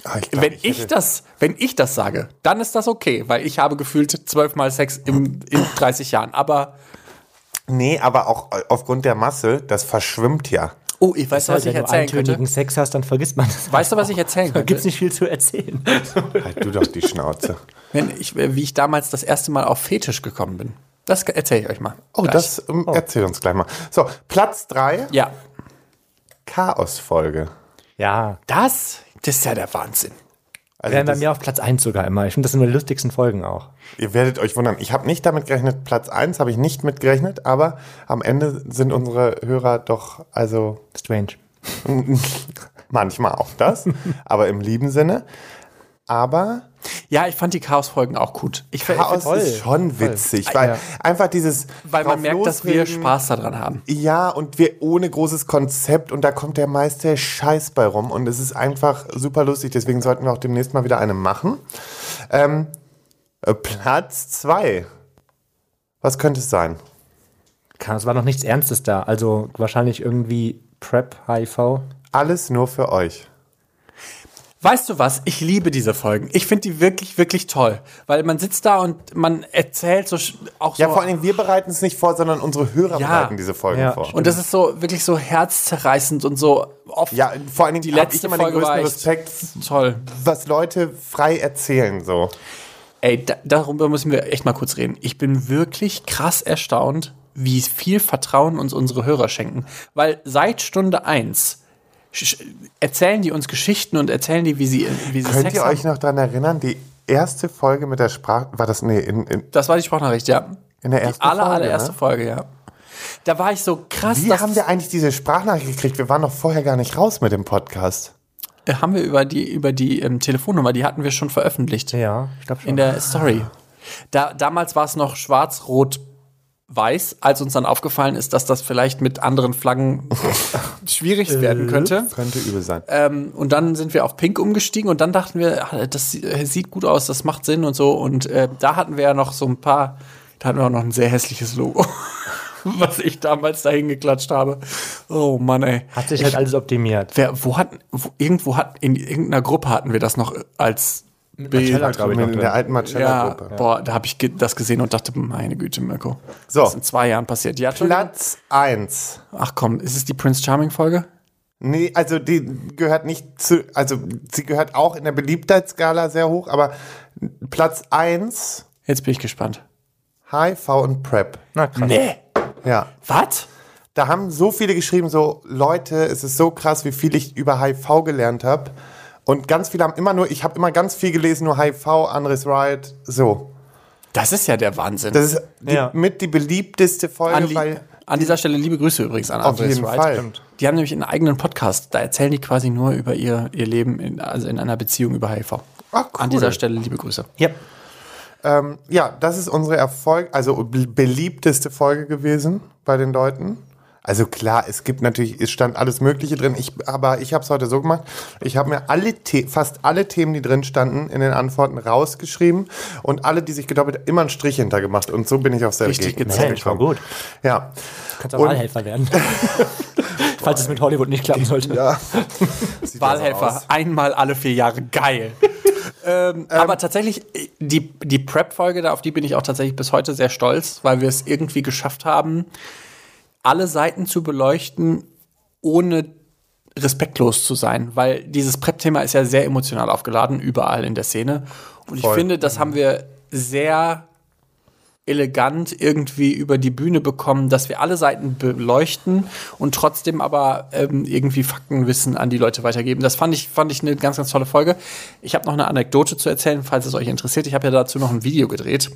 B: Ah, ich glaub,
A: wenn ich,
B: hätte-
A: das, wenn ich das sage, dann ist das okay, weil ich habe gefühlt zwölfmal Sex im, in 30 Jahren. Aber,
B: Nee, aber auch äh, aufgrund der Masse, das verschwimmt ja.
A: oh, ich weiß, was
C: Also, wenn
A: ich
C: du
A: erzählen
C: eintönigen
A: könnte.
C: Sex hast, dann vergisst man das.
A: Weißt du, was ich erzählen
C: Da
A: könnte?
C: gibt es nicht viel zu erzählen.
B: Halt du doch die Schnauze.
A: Wenn ich, wie ich damals das erste Mal auf Fetisch gekommen bin. Das erzähle ich euch mal.
B: Oh,
A: Gleich.
B: das ähm, erzähl uns gleich mal. So, Platz 3,
A: Ja,
B: Chaosfolge.
C: Ja,
A: Das, das ist ja der Wahnsinn.
B: Also
C: Wären bei
B: das,
C: mir auf Platz 1 sogar immer. Ich finde, das sind nur die lustigsten Folgen auch.
B: ihr werdet euch wundern. Ich habe nicht damit gerechnet, Platz 1 habe ich nicht mitgerechnet, aber am Ende sind unsere Hörer doch, also
C: Strange.
B: manchmal auch das, aber im lieben Sinne. Aber
A: Ja, ich fand die Chaos-Folgen auch gut. Ich, fand-
B: Chaos
A: ich,
B: ist schon witzig, weil einfach dieses
A: weil man
B: drauf
A: merkt, dass wir
B: losreden,
A: Spaß daran haben.
B: Ja, und wir ohne großes Konzept und da kommt der meiste Scheiß bei rum und es ist einfach super lustig, deswegen sollten wir auch demnächst mal wieder eine machen. Ähm, äh, Platz zwei Was könnte es sein?
C: Kam, es war noch nichts Ernstes da. Also wahrscheinlich irgendwie Prep, HIV.
B: Alles nur für euch.
A: Weißt du was? Ich liebe diese Folgen. Ich finde die wirklich, wirklich toll. Weil man sitzt da und man erzählt so sch- auch so.
B: Ja, vor allem wir bereiten es nicht vor, sondern unsere Hörer
A: Ja.
B: bereiten diese Folgen
C: Ja,
B: vor.
A: und das ist so wirklich so herzzerreißend und so oft
B: Ja, vor allen Dingen
A: Die
B: hab
A: letzte
B: ich immer
A: Folge
B: den
A: war
B: größten
A: echt-
B: Respekt,
A: toll.
B: was Leute frei erzählen so.
A: Ey, da, darüber müssen wir echt mal kurz reden. Ich bin wirklich krass erstaunt, wie viel Vertrauen uns unsere Hörer schenken. Weil seit Stunde eins sch- erzählen die uns Geschichten und erzählen die, wie sie, wie sie
B: Könnt
A: Sex
B: ihr
A: haben.
B: euch noch daran erinnern, die erste Folge mit der Sprache, war das, nee, in, in,
A: Das war die Sprachnachricht, ja.
B: In der ersten
A: die aller,
B: Folge,
A: allererste
B: ne?
A: Folge, ja. Da war ich so krass,
B: Wie
A: dass-
B: haben wir eigentlich diese Sprachnachricht gekriegt? Wir waren noch vorher gar nicht raus mit dem Podcast.
A: äh, haben wir über die, über die ähm, Telefonnummer, die hatten wir schon veröffentlicht
C: Ja, Ah. ich glaube schon.
A: in der Story. Da, damals war es noch schwarz-rot-weiß, als uns dann aufgefallen ist, dass das vielleicht mit anderen Flaggen schwierig werden
C: Mhm.
A: könnte.
B: Könnte übel sein.
A: Ähm, und dann sind wir auf Pink umgestiegen und dann dachten wir, ah, das sie- äh, sieht gut aus, das macht Sinn und so. Und äh, da hatten wir ja noch so ein paar, da hatten wir auch noch ein sehr hässliches Logo, was ich damals dahin geklatscht habe. Oh Mann, ey.
C: Hat sich halt alles optimiert.
A: Wer, wo hatten, wo, irgendwo hatten, in irgendeiner Gruppe hatten wir das noch äh, als Bild.
C: Nutella, glaub ich,
B: in
C: noch
B: der
C: drin.
B: alten
A: Ja,
B: Marcella-Gruppe.
A: boah, da habe ich ge das gesehen und dachte, meine Güte, Mirko.
B: So.
A: Das ist in zwei Jahren passiert. Ja, Entschuldigung.
B: Platz 1.
A: Ach komm, ist es die Prince Charming-Folge?
B: Nee, also die gehört nicht zu, also sie gehört auch in der Beliebtheitsskala sehr hoch, aber Platz 1,
A: Jetzt bin ich gespannt.
B: HIV und PrEP.
C: Na krass.
A: Nee.
B: Ja.
A: Was?
B: Da haben so viele geschrieben, so Leute, es ist so krass, wie viel ich über HIV gelernt habe. Und ganz viele haben immer nur, ich habe immer ganz viel gelesen, nur HIV, Andres Right, so.
A: Das ist ja der Wahnsinn.
B: Das ist die,
C: Ja.
B: mit die beliebteste Folge,
A: An, li
B: weil
A: an dieser Stelle liebe Grüße übrigens an
B: auf
A: Andreas
B: jeden
A: Wright.
B: Fall.
A: Die haben nämlich einen eigenen Podcast. Da erzählen die quasi nur über ihr, ihr Leben, in, also in einer Beziehung über HIV.
B: Ah, cool.
A: An dieser Stelle liebe Grüße.
C: Ja.
B: Ähm, ja, das ist unsere Erfolg, also be- beliebteste Folge gewesen bei den Leuten. Also klar, es gibt natürlich, es stand alles Mögliche drin, ich, aber ich habe es heute so gemacht, ich habe mir alle The fast alle Themen, die drin standen, in den Antworten rausgeschrieben und alle, die sich gedoppelt, immer einen Strich hintergemacht und so bin ich auf sehr
A: Richtig gezählt,
C: Mensch, war gut.
B: Ja,
C: Kannst auch Wahlhelfer werden. Falls es mit Hollywood nicht klappen sollte.
B: Sieht also
A: Wahlhelfer,
B: aus.
A: einmal alle vier Jahre. Geil. ähm, aber tatsächlich, die, die Prep-Folge, da auf die bin ich auch tatsächlich bis heute sehr stolz, weil wir es irgendwie geschafft haben, alle Seiten zu beleuchten, ohne respektlos zu sein, weil dieses Prep-Thema ist ja sehr emotional aufgeladen, überall in der Szene. Und ich
B: Voll.
A: finde, das haben wir sehr elegant irgendwie über die Bühne bekommen, dass wir alle Seiten beleuchten und trotzdem aber ähm, irgendwie Faktenwissen an die Leute weitergeben. Das fand ich, fand ich eine ganz, ganz tolle Folge. Ich habe noch eine Anekdote zu erzählen, falls es euch interessiert. Ich habe ja dazu noch ein Video gedreht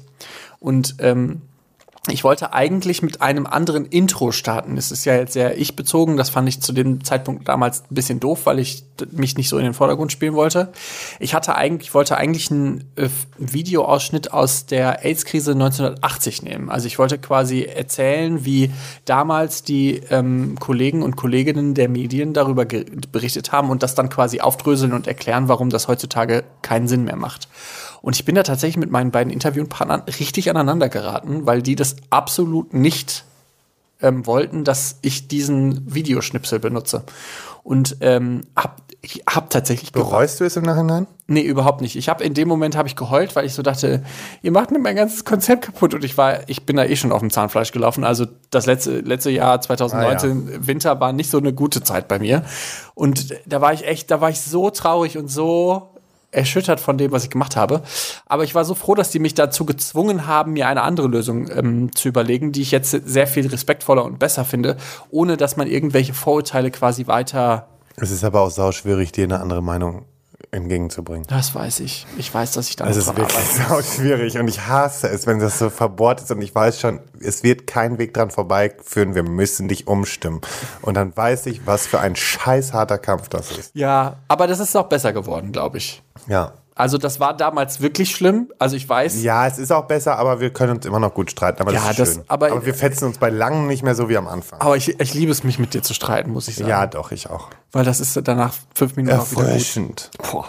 A: und ähm, ich wollte eigentlich mit einem anderen Intro starten. Es ist ja jetzt sehr ich-bezogen. Das fand ich zu dem Zeitpunkt damals ein bisschen doof, weil ich d- mich nicht so in den Vordergrund spielen wollte. Ich hatte eigentlich, ich wollte eigentlich einen äh, Videoausschnitt aus der AIDS-Krise 1980 nehmen. Also ich wollte quasi erzählen, wie damals die ähm, Kollegen und Kolleginnen der Medien darüber ge- berichtet haben und das dann quasi aufdröseln und erklären, warum das heutzutage keinen Sinn mehr macht. Und ich bin da tatsächlich mit meinen beiden Interviewpartnern richtig aneinander geraten, weil die das absolut nicht ähm, wollten, dass ich diesen Videoschnipsel benutze. Und ähm, hab, ich hab tatsächlich ge-
B: Bereust du es im Nachhinein?
A: Nee, überhaupt nicht. Ich habe in dem Moment habe ich geheult, weil ich so dachte, ihr macht mir mein ganzes Konzept kaputt und ich war, ich bin da eh schon auf dem Zahnfleisch gelaufen. Also das letzte letzte
B: Ah,
A: Jahr 2019 Winter war nicht so eine gute Zeit bei mir und da war ich echt, da war ich so traurig und so erschüttert von dem, was ich gemacht habe. Aber ich war so froh, dass die mich dazu gezwungen haben, mir eine andere Lösung ähm, zu überlegen, die ich jetzt sehr viel respektvoller und besser finde, ohne dass man irgendwelche Vorurteile quasi weiter
B: Es ist aber auch sauschwierig, dir eine andere Meinung entgegenzubringen.
A: Das weiß ich. Ich weiß, dass ich da
B: Das
A: noch
B: Also ist
A: dran
B: wirklich
A: arbeite.
B: sau schwierig und ich hasse es, wenn das so verbohrt ist und ich weiß schon, es wird kein Weg dran vorbeiführen, wir müssen dich umstimmen. Und dann weiß ich, was für ein scheißharter Kampf das ist.
A: Ja, aber das ist auch besser geworden, glaube ich.
B: Ja.
A: Also das war damals wirklich schlimm. Also ich weiß,
B: Ja, es ist auch besser, aber wir können uns immer noch gut streiten. Aber
A: Ja,
B: das
A: das-
B: ist schön.
A: aber-
B: wir fetzen uns bei langem nicht mehr so wie am Anfang.
A: aber ich, ich liebe es, mich mit dir zu streiten, muss ich sagen.
B: Ja, doch, ich auch.
A: Weil das ist danach fünf Minuten auch wieder gut.
B: Erfrischend.
A: Boah.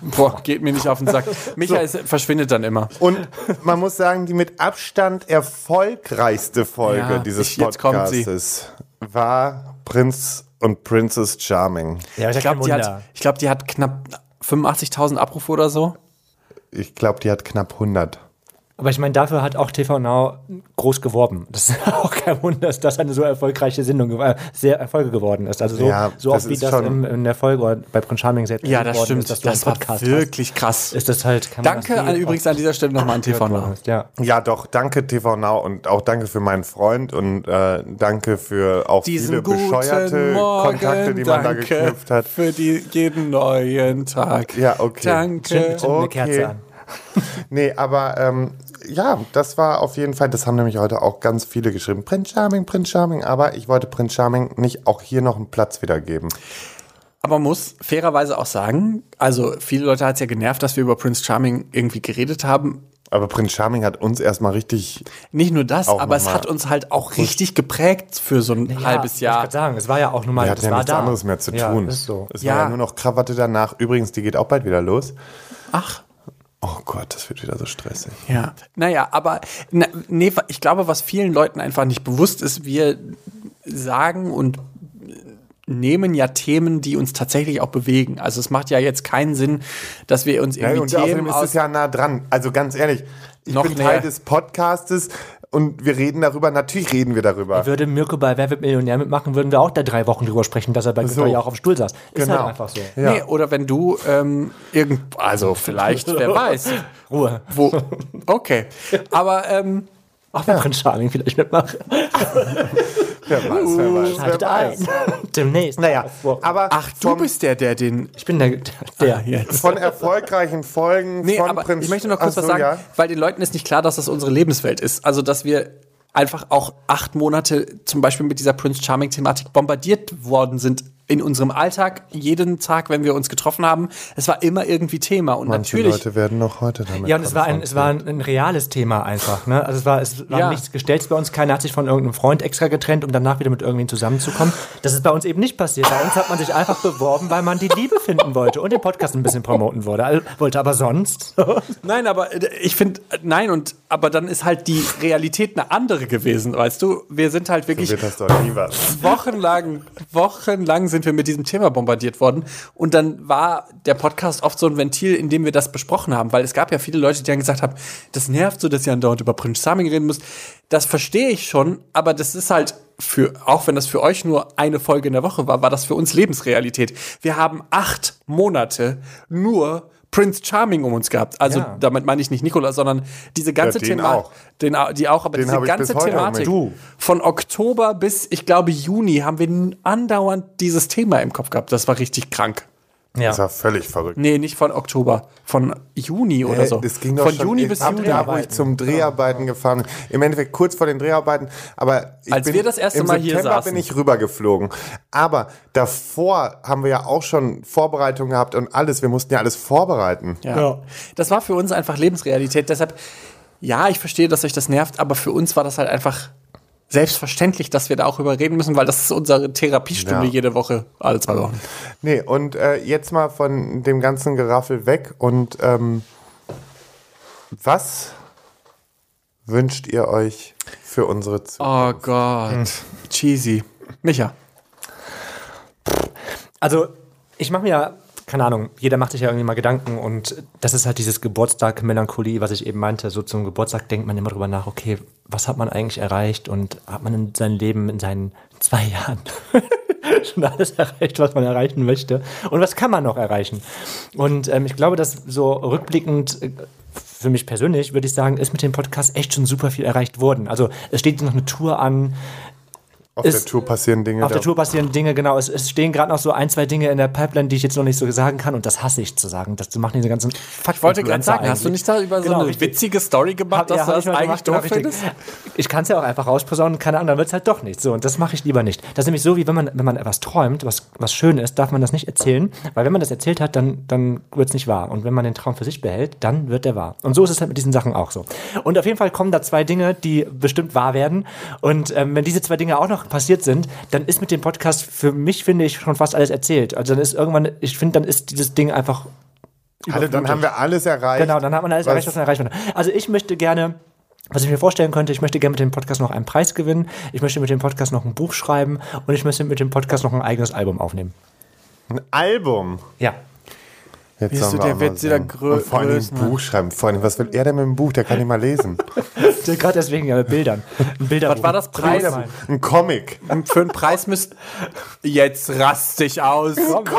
A: Boah, geht mir nicht auf den Sack. Michael ist- verschwindet dann immer.
B: Und man muss sagen, die mit Abstand erfolgreichste Folge
A: Ja,
B: dieses
A: ich- jetzt kommt sie.
B: Podcastes war Prinz und Princess Charming.
C: Ja,
A: Ich glaube, die, hat- ich glaub, die hat knapp 85.000 Abrufe oder so.
B: Ich glaube, die hat knapp 100.
C: Aber ich meine, dafür hat auch TV Now groß geworben. Das ist auch kein Wunder, dass das eine so erfolgreiche Sendung, gew- äh, sehr Erfolge geworden ist. Also so,
B: Ja,
C: so
B: das
C: oft wie
B: ist
C: das
B: schon-
C: im, in der Folge oder bei Prince Charming selbst
A: Ja, das
C: geworden
A: stimmt.
C: Ist, dass du
A: das
C: einen
A: war
C: Podcast
A: wirklich krass.
C: hast. Ist das halt, kann man
A: Danke
C: das
A: an, übrigens an dieser Stelle nochmal an TV Now.
C: Ja.
B: Ja, doch, danke TV Now und auch danke für meinen Freund und äh, danke für auch
A: Diesen
B: viele bescheuerte
A: guten Morgen,
B: Kontakte, die man da
A: danke
B: geknüpft hat.
A: für die, jeden neuen Tag.
B: Ja, okay.
A: Danke.
C: Zünd eine
B: Okay.
C: Kerze an.
B: Nee, aber ähm, ja, das war auf jeden Fall, das haben nämlich heute auch ganz viele geschrieben. Prince Charming, Prince Charming, aber ich wollte Prince Charming nicht auch hier noch einen Platz wiedergeben.
A: Aber man muss fairerweise auch sagen, also viele Leute hat es ja genervt, dass wir über Prince Charming irgendwie geredet haben.
B: Aber Prince Charming hat uns erstmal richtig,
A: Nicht nur das,
B: Auch
A: aber es
B: nochmal.
A: hat uns halt auch richtig geprägt für so ein halbes
C: Ich
A: Jahr.
C: wollte gerade sagen, es war ja auch nun mal,
B: wir hatten
C: es
B: ja
C: war
B: nichts
C: da.
B: anderes mehr zu
C: ja,
B: tun.
C: Ist so.
B: Es
A: Ja.
B: war ja nur noch Krawatte danach. Übrigens, die geht auch bald wieder los.
A: Ach.
B: Oh Gott, das wird wieder so stressig.
A: Ja, naja, aber na, nee, wa- ich glaube, was vielen Leuten einfach nicht bewusst ist, wir sagen und nehmen ja Themen, die uns tatsächlich auch bewegen. Also es macht ja jetzt keinen Sinn, dass wir uns
B: Ja,
A: irgendwie
B: und außerdem
A: Themen
B: ist es
A: aus...
B: ja nah dran. Also ganz ehrlich, ich
A: Noch
B: bin Teil
A: näher.
B: des Podcastes und wir reden darüber. Natürlich reden wir darüber.
C: Würde Mirko bei Wer wird Millionär mitmachen, würden wir auch da drei Wochen drüber sprechen, dass er bei Günther
B: So.
C: ja auch auf dem Stuhl saß. Ist
B: Genau.
C: halt einfach so.
B: ja.
A: Nee, oder wenn du ähm, irgend... Also vielleicht, wer weiß.
C: Ruhe.
A: Wo... Okay, aber... Ähm,
C: Auch bei Prince Charming vielleicht mitmachen.
B: Wer weiß, wer weiß, wer
C: Schaltet ein. Demnächst.
B: Naja, Uh, aber
A: ach, du
B: vom,
A: bist der, der den...
C: Ich bin der, der hier.
B: von erfolgreichen Folgen
A: Nee,
B: von
A: aber
B: Prinz...
A: ich möchte noch kurz
B: Ach
A: was
B: so,
A: sagen,
B: ja.
A: weil den Leuten ist nicht klar, dass das unsere Lebenswelt ist. Also, dass wir einfach auch acht Monate zum Beispiel mit dieser Prince Charming-Thematik bombardiert worden sind in unserem Alltag. Jeden Tag, wenn wir uns getroffen haben, es war immer irgendwie Thema. Und
B: Manche
A: natürlich,
B: Leute werden noch heute damit
C: Ja, und es war ein, es war ein, ein reales Thema einfach. Ne? Also es war, es war
A: Ja.
C: nichts gestellt bei uns. Keiner hat sich von irgendeinem Freund extra getrennt, um danach wieder mit irgendwem zusammenzukommen. Das ist bei uns eben nicht passiert. Bei uns hat man sich einfach beworben, weil man die Liebe finden wollte und den Podcast ein bisschen promoten wollte. Also, wollte aber sonst.
A: nein, aber äh, ich finde, äh, nein, und aber dann ist halt die Realität eine andere gewesen, weißt du? Wir sind halt wirklich
B: Wird das doch nie was.
A: wochenlang, wochenlang sind wir mit diesem Thema bombardiert worden. Und dann war der Podcast oft so ein Ventil, in dem wir das besprochen haben, weil es gab ja viele Leute, die dann gesagt haben, das nervt so, dass ihr andauernd über Prince Charming reden müsst. Das verstehe ich schon, aber das ist halt für, auch wenn das für euch nur eine Folge in der Woche war, war das für uns Lebensrealität. Wir haben acht Monate nur Prince Charming um uns gehabt. Also
C: Ja.
A: damit meine ich nicht Nikola, sondern diese ganze
B: Ja, den
A: Thema-
B: auch.
A: Den, au- die auch, aber
B: Den
A: diese
B: habe ich
A: ganze
B: bis heute
A: Thematik.
B: um mich.
A: Von Oktober bis, ich glaube, Juni haben wir n- andauernd dieses Thema im Kopf gehabt. Das war richtig krank.
C: Ja.
B: Das war völlig verrückt.
A: Nee, nicht von Oktober, von Juni oder so.
B: Es Äh, ging doch
A: von
B: schon
A: Juni
B: ich-
A: bis
B: ab
A: Juli.
B: Da, wo ich zum Dreharbeiten gefahren bin. Im Endeffekt kurz vor den Dreharbeiten. Aber ich
A: Als
B: bin,
A: wir das erste
B: im
A: Mal hier
B: September
A: saßen.
B: bin ich rübergeflogen. Aber davor haben wir ja auch schon Vorbereitungen gehabt und alles. Wir mussten ja alles vorbereiten.
A: Ja. Das war für uns einfach Lebensrealität. Deshalb, ja, ich verstehe, dass euch das nervt, aber für uns war das halt einfach selbstverständlich, dass wir da auch über reden müssen, weil das ist unsere Therapiestunde
B: Ja. Also.
A: jede Woche, alle zwei Wochen.
B: Nee, und äh, jetzt mal von dem ganzen Geraffel weg. Und ähm, was wünscht ihr euch für unsere Zukunft?
A: Oh Gott. Cheesy. Micha.
C: Also, ich mache mir ja, keine Ahnung, jeder macht sich ja irgendwie mal Gedanken und das ist halt dieses Geburtstag-Melancholie, was ich eben meinte. So zum Geburtstag denkt man immer drüber nach, okay, was hat man eigentlich erreicht und hat man in seinem Leben in seinen zwei Jahren schon alles erreicht, was man erreichen möchte und was kann man noch erreichen? Und ähm, ich glaube, dass so rückblickend äh, für mich persönlich, würde ich sagen, ist mit dem Podcast echt schon super viel erreicht worden. Also es steht noch eine Tour an,
B: Auf
C: Ist-
B: der Tour passieren Dinge.
C: Auf der
B: da-
C: Tour passieren Dinge, genau. Es, es stehen gerade noch so ein, zwei Dinge in der Pipeline, die ich jetzt noch nicht so sagen kann. Und das hasse ich zu sagen. Das machen diese ganzen Fuck
A: Ich wollte gerade sagen, hast du nicht da über
C: Genau,
A: so eine
C: richtig.
A: witzige Story gemacht, dass du das eigentlich doof findest?
C: genau, Ich kann es ja auch einfach rausposaunen, keine Ahnung, dann wird es halt doch nicht so. Und das mache ich lieber nicht. Das ist nämlich so, wie wenn man, wenn man etwas träumt, was, was schön ist, darf man das nicht erzählen. Weil wenn man das erzählt hat, dann, dann wird es nicht wahr. Und wenn man den Traum für sich behält, dann wird er wahr. Und so ist es halt mit diesen Sachen auch so. Und auf jeden Fall kommen da zwei Dinge, die bestimmt wahr werden. Und ähm, wenn diese zwei Dinge auch noch passiert sind, dann ist mit dem Podcast für mich, finde ich, schon fast alles erzählt. Also dann ist irgendwann, ich finde, dann ist dieses Ding einfach
B: Alle, dann haben wir alles erreicht.
C: Genau, dann hat man alles
B: was-
C: erreicht, was man erreichen konnte. Also ich möchte gerne, was ich mir vorstellen könnte, ich möchte gerne mit dem Podcast noch einen Preis gewinnen, ich möchte mit dem Podcast noch ein Buch schreiben und ich möchte mit dem Podcast noch ein eigenes Album aufnehmen.
B: Ein Album.
C: Ja.
B: Jetzt
A: Siehst
B: sollen
A: du,
B: wir
A: der
B: auch
A: wird
B: mal
A: wieder
B: sehen.
A: grö-
B: Und vor allem ein
A: größer.
B: Buch schreiben. Vor allem, was will er denn mit dem Buch? Der kann nicht mal lesen.
C: Gerade deswegen ja mit Bildern. Ein Bilderbuch.
A: Was war das Preis?
B: Ein Comic.
A: Für einen Preis müsst jetzt rast dich aus.
B: Ein Comic!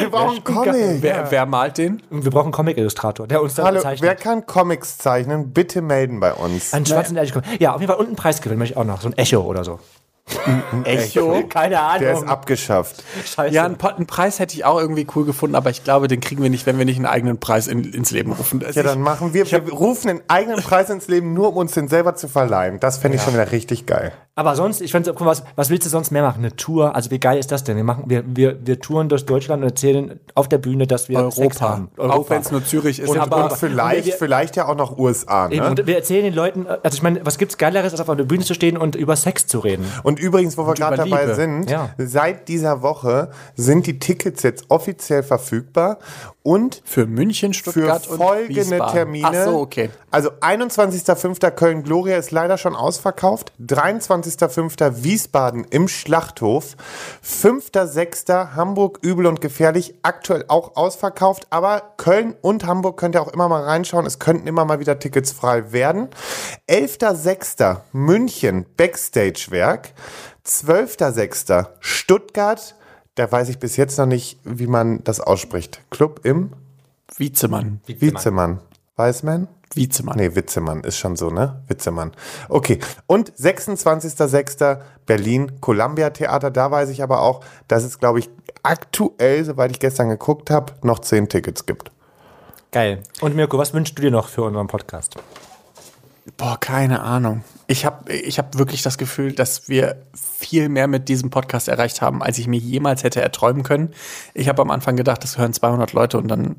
B: Wir brauchen einen Comic.
A: Wer, wer malt den?
C: Wir brauchen einen Comic-Illustrator, der uns da
B: Hallo, wer
C: zeichnet.
B: kann Comics zeichnen? Bitte melden bei uns.
C: Einen schwarzen naja. Comic. Ja, auf jeden Fall. Und einen Preis gewinnen möchte ich auch noch. So ein Echo oder so.
A: Echo.
C: Keine Ahnung.
B: Der ist abgeschafft.
C: Scheiße.
A: Ja, einen, Pa- einen Preis hätte ich auch irgendwie cool gefunden, aber ich glaube, den kriegen wir nicht, wenn wir nicht einen eigenen Preis in, ins Leben rufen. Also
B: Ja, dann machen wir, wir rufen den eigenen Preis ins Leben, nur um uns den selber zu verleihen. Das fände ich schon wieder richtig geil.
C: Aber sonst, ich fände, guck mal, was, was willst du sonst mehr machen? Eine Tour? Also wie geil ist das denn? Wir machen, wir, wir, wir touren durch Deutschland und erzählen auf der Bühne, dass wir
A: Europa.
C: Sex haben.
A: Auch wenn es nur Zürich ist.
C: Und-
A: aber
B: Und vielleicht,
C: wir-
B: vielleicht ja auch noch USA.
C: Eben,
B: Ne?
C: Und wir erzählen den Leuten, also ich meine, was gibt's Geileres, als auf einer Bühne zu stehen und über Sex zu reden?
B: Und übrigens, wo wir gerade
A: über
B: dabei
A: Liebe.
B: sind,
C: Ja.
B: seit dieser Woche sind die Tickets jetzt offiziell verfügbar und
A: für München,
B: für
A: Stuttgart und
B: folgende
A: Wiesbaden.
B: Termine.
A: Ach so, okay.
B: Also 21.05. Köln Gloria ist leider schon ausverkauft. 23.05. Wiesbaden im Schlachthof. 5.06. Hamburg übel und gefährlich. Aktuell auch ausverkauft. Aber Köln und Hamburg könnt ihr auch immer mal reinschauen. Es könnten immer mal wieder Tickets frei werden. 11.06. München Backstagewerk. 12.06. Stuttgart. Da weiß ich bis jetzt noch nicht, wie man das ausspricht. Club im
A: Wiezemann.
B: Witzemann. Weißmann?
A: Wiezemann.
B: Nee, Witzemann ist schon so, ne? Witzemann. Okay. Und 26.06. Berlin, Columbia Theater. Da weiß ich aber auch, dass es, glaube ich, aktuell, soweit ich gestern geguckt habe, noch 10 Tickets gibt.
C: Geil. Und Mirko, was wünschst du dir noch für unseren Podcast?
A: Boah, keine Ahnung. Ich habe ich hab wirklich das Gefühl, dass wir viel mehr mit diesem Podcast erreicht haben, als ich mir jemals hätte erträumen können. Ich habe am Anfang gedacht, das hören 200 Leute und dann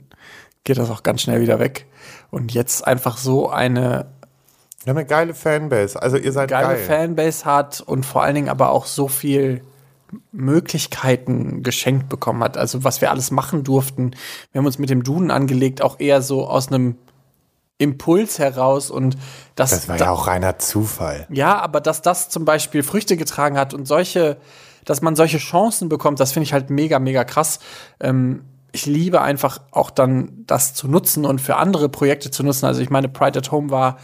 A: geht das auch ganz schnell wieder weg. Und jetzt einfach so eine
B: Wir haben eine geile Fanbase. Also ihr seid
A: geile
B: geil.
A: Fanbase hat und vor allen Dingen aber auch so viel Möglichkeiten geschenkt bekommen hat. Also was wir alles machen durften. Wir haben uns mit dem Duden angelegt, auch eher so aus einem Impuls heraus und das,
B: das war
A: da-
B: ja auch reiner Zufall.
A: ja, aber dass das zum Beispiel Früchte getragen hat und solche, dass man solche Chancen bekommt, das finde ich halt mega, mega krass. Ähm, ich liebe einfach auch dann das zu nutzen und für andere Projekte zu nutzen. Also ich meine, Pride at Home war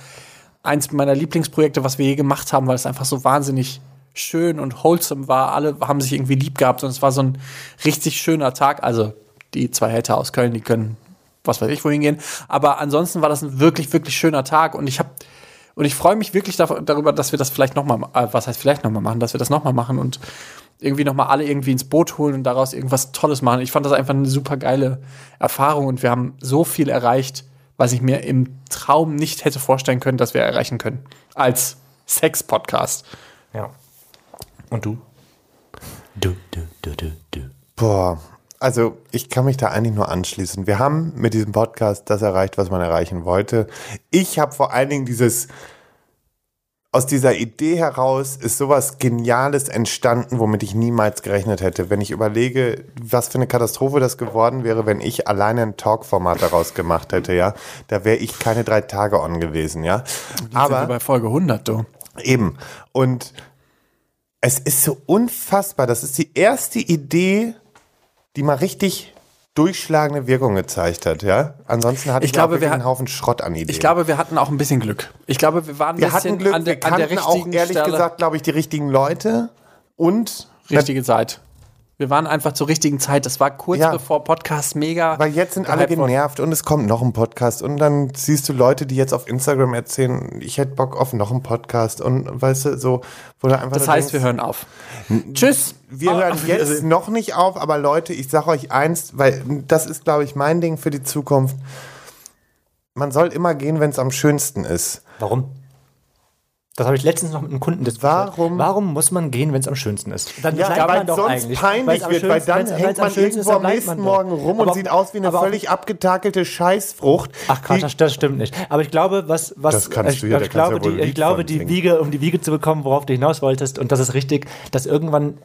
A: eins meiner Lieblingsprojekte, was wir je gemacht haben, weil es einfach so wahnsinnig schön und wholesome war. Alle haben sich irgendwie lieb gehabt und es war so ein richtig schöner Tag. Also die zwei Hater aus Köln, die können was weiß ich wohin gehen. Aber ansonsten war das ein wirklich, wirklich schöner Tag und ich habe und ich freue mich wirklich dav- darüber, dass wir das vielleicht nochmal, äh, was heißt vielleicht nochmal machen, dass wir das nochmal machen und irgendwie nochmal alle irgendwie ins Boot holen und daraus irgendwas Tolles machen. Ich fand das einfach eine super geile Erfahrung und wir haben so viel erreicht, was ich mir im Traum nicht hätte vorstellen können, dass wir erreichen können. Als Sex-Podcast.
C: Ja. Und du? Du, du, du, du, du.
B: Boah, also ich kann mich da eigentlich nur anschließen. Wir haben mit diesem Podcast das erreicht, was man erreichen wollte. Ich habe vor allen Dingen dieses, aus dieser Idee heraus ist sowas Geniales entstanden, womit ich niemals gerechnet hätte. Wenn ich überlege, was für eine Katastrophe das geworden wäre, wenn ich alleine ein Talkformat daraus gemacht hätte, ja, da wäre ich keine drei Tage on gewesen, ja.
A: Sind wir
B: Aber
A: Also bei Folge 100, du.
B: Eben. Und es ist so unfassbar. Das ist die erste Idee, die mal richtig durchschlagende Wirkung gezeigt hat, ja? Ansonsten hatten
A: Ich glaube,
B: auch
A: wir
B: wirklich einen
A: hat-
B: Haufen Schrott an Ideen.
A: Ich glaube, wir hatten auch ein bisschen Glück. Ich glaube, wir waren ein
B: wir
A: bisschen
B: hatten Glück,
A: an, der,
B: wir
A: an der
B: kannten
A: richtigen
B: auch ehrlich
A: Stelle.
B: gesagt, glaube ich, die richtigen Leute und
A: richtige Zeit. Wir waren einfach zur richtigen Zeit. Das war kurz
B: Ja.
A: bevor Podcast mega.
B: Weil jetzt sind alle
A: gehypt worden.
B: genervt und es kommt noch ein Podcast und dann siehst du Leute, die jetzt auf Instagram erzählen, ich hätte Bock auf noch einen Podcast und weißt du, so, wo du einfach
A: Das
B: nur
A: heißt, wir
B: denkst,
A: hören auf. Tschüss.
B: wir hören jetzt noch nicht auf, aber Leute, ich sage euch eins, weil das ist, glaube ich, mein Ding für die Zukunft. Man soll immer gehen, wenn es am schönsten ist.
C: Warum? Das habe ich letztens noch mit einem Kunden diskutiert.
B: Warum?
C: Warum muss man gehen, wenn es am schönsten ist? Dann
B: Ja,
C: bleibt
B: weil sonst
C: Weil's
B: peinlich
C: am
B: wird, weil
C: schönsten-
B: dann
C: wenn's-
B: hängt
C: wenn's am
B: man
C: schönsten ist,
B: irgendwo
C: dann
B: am
C: bleibt
B: nächsten
C: man da.
B: Morgen rum
C: Aber-
B: und sieht aus wie eine
C: aber auch-
B: völlig abgetakelte Scheißfrucht.
C: Ach, Quatsch,
B: die-
C: das, das stimmt nicht. Aber ich glaube, was, was
B: Das kannst
C: ich,
B: du ja, da
C: ich
B: kannst du
C: glaube,
B: ja wohl
C: die,
B: ein
C: ich
B: Lied
C: glaube,
B: von
C: die
B: singen.
C: Wiege, um die Wiege zu bekommen, worauf du hinaus wolltest, und das ist richtig, dass irgendwann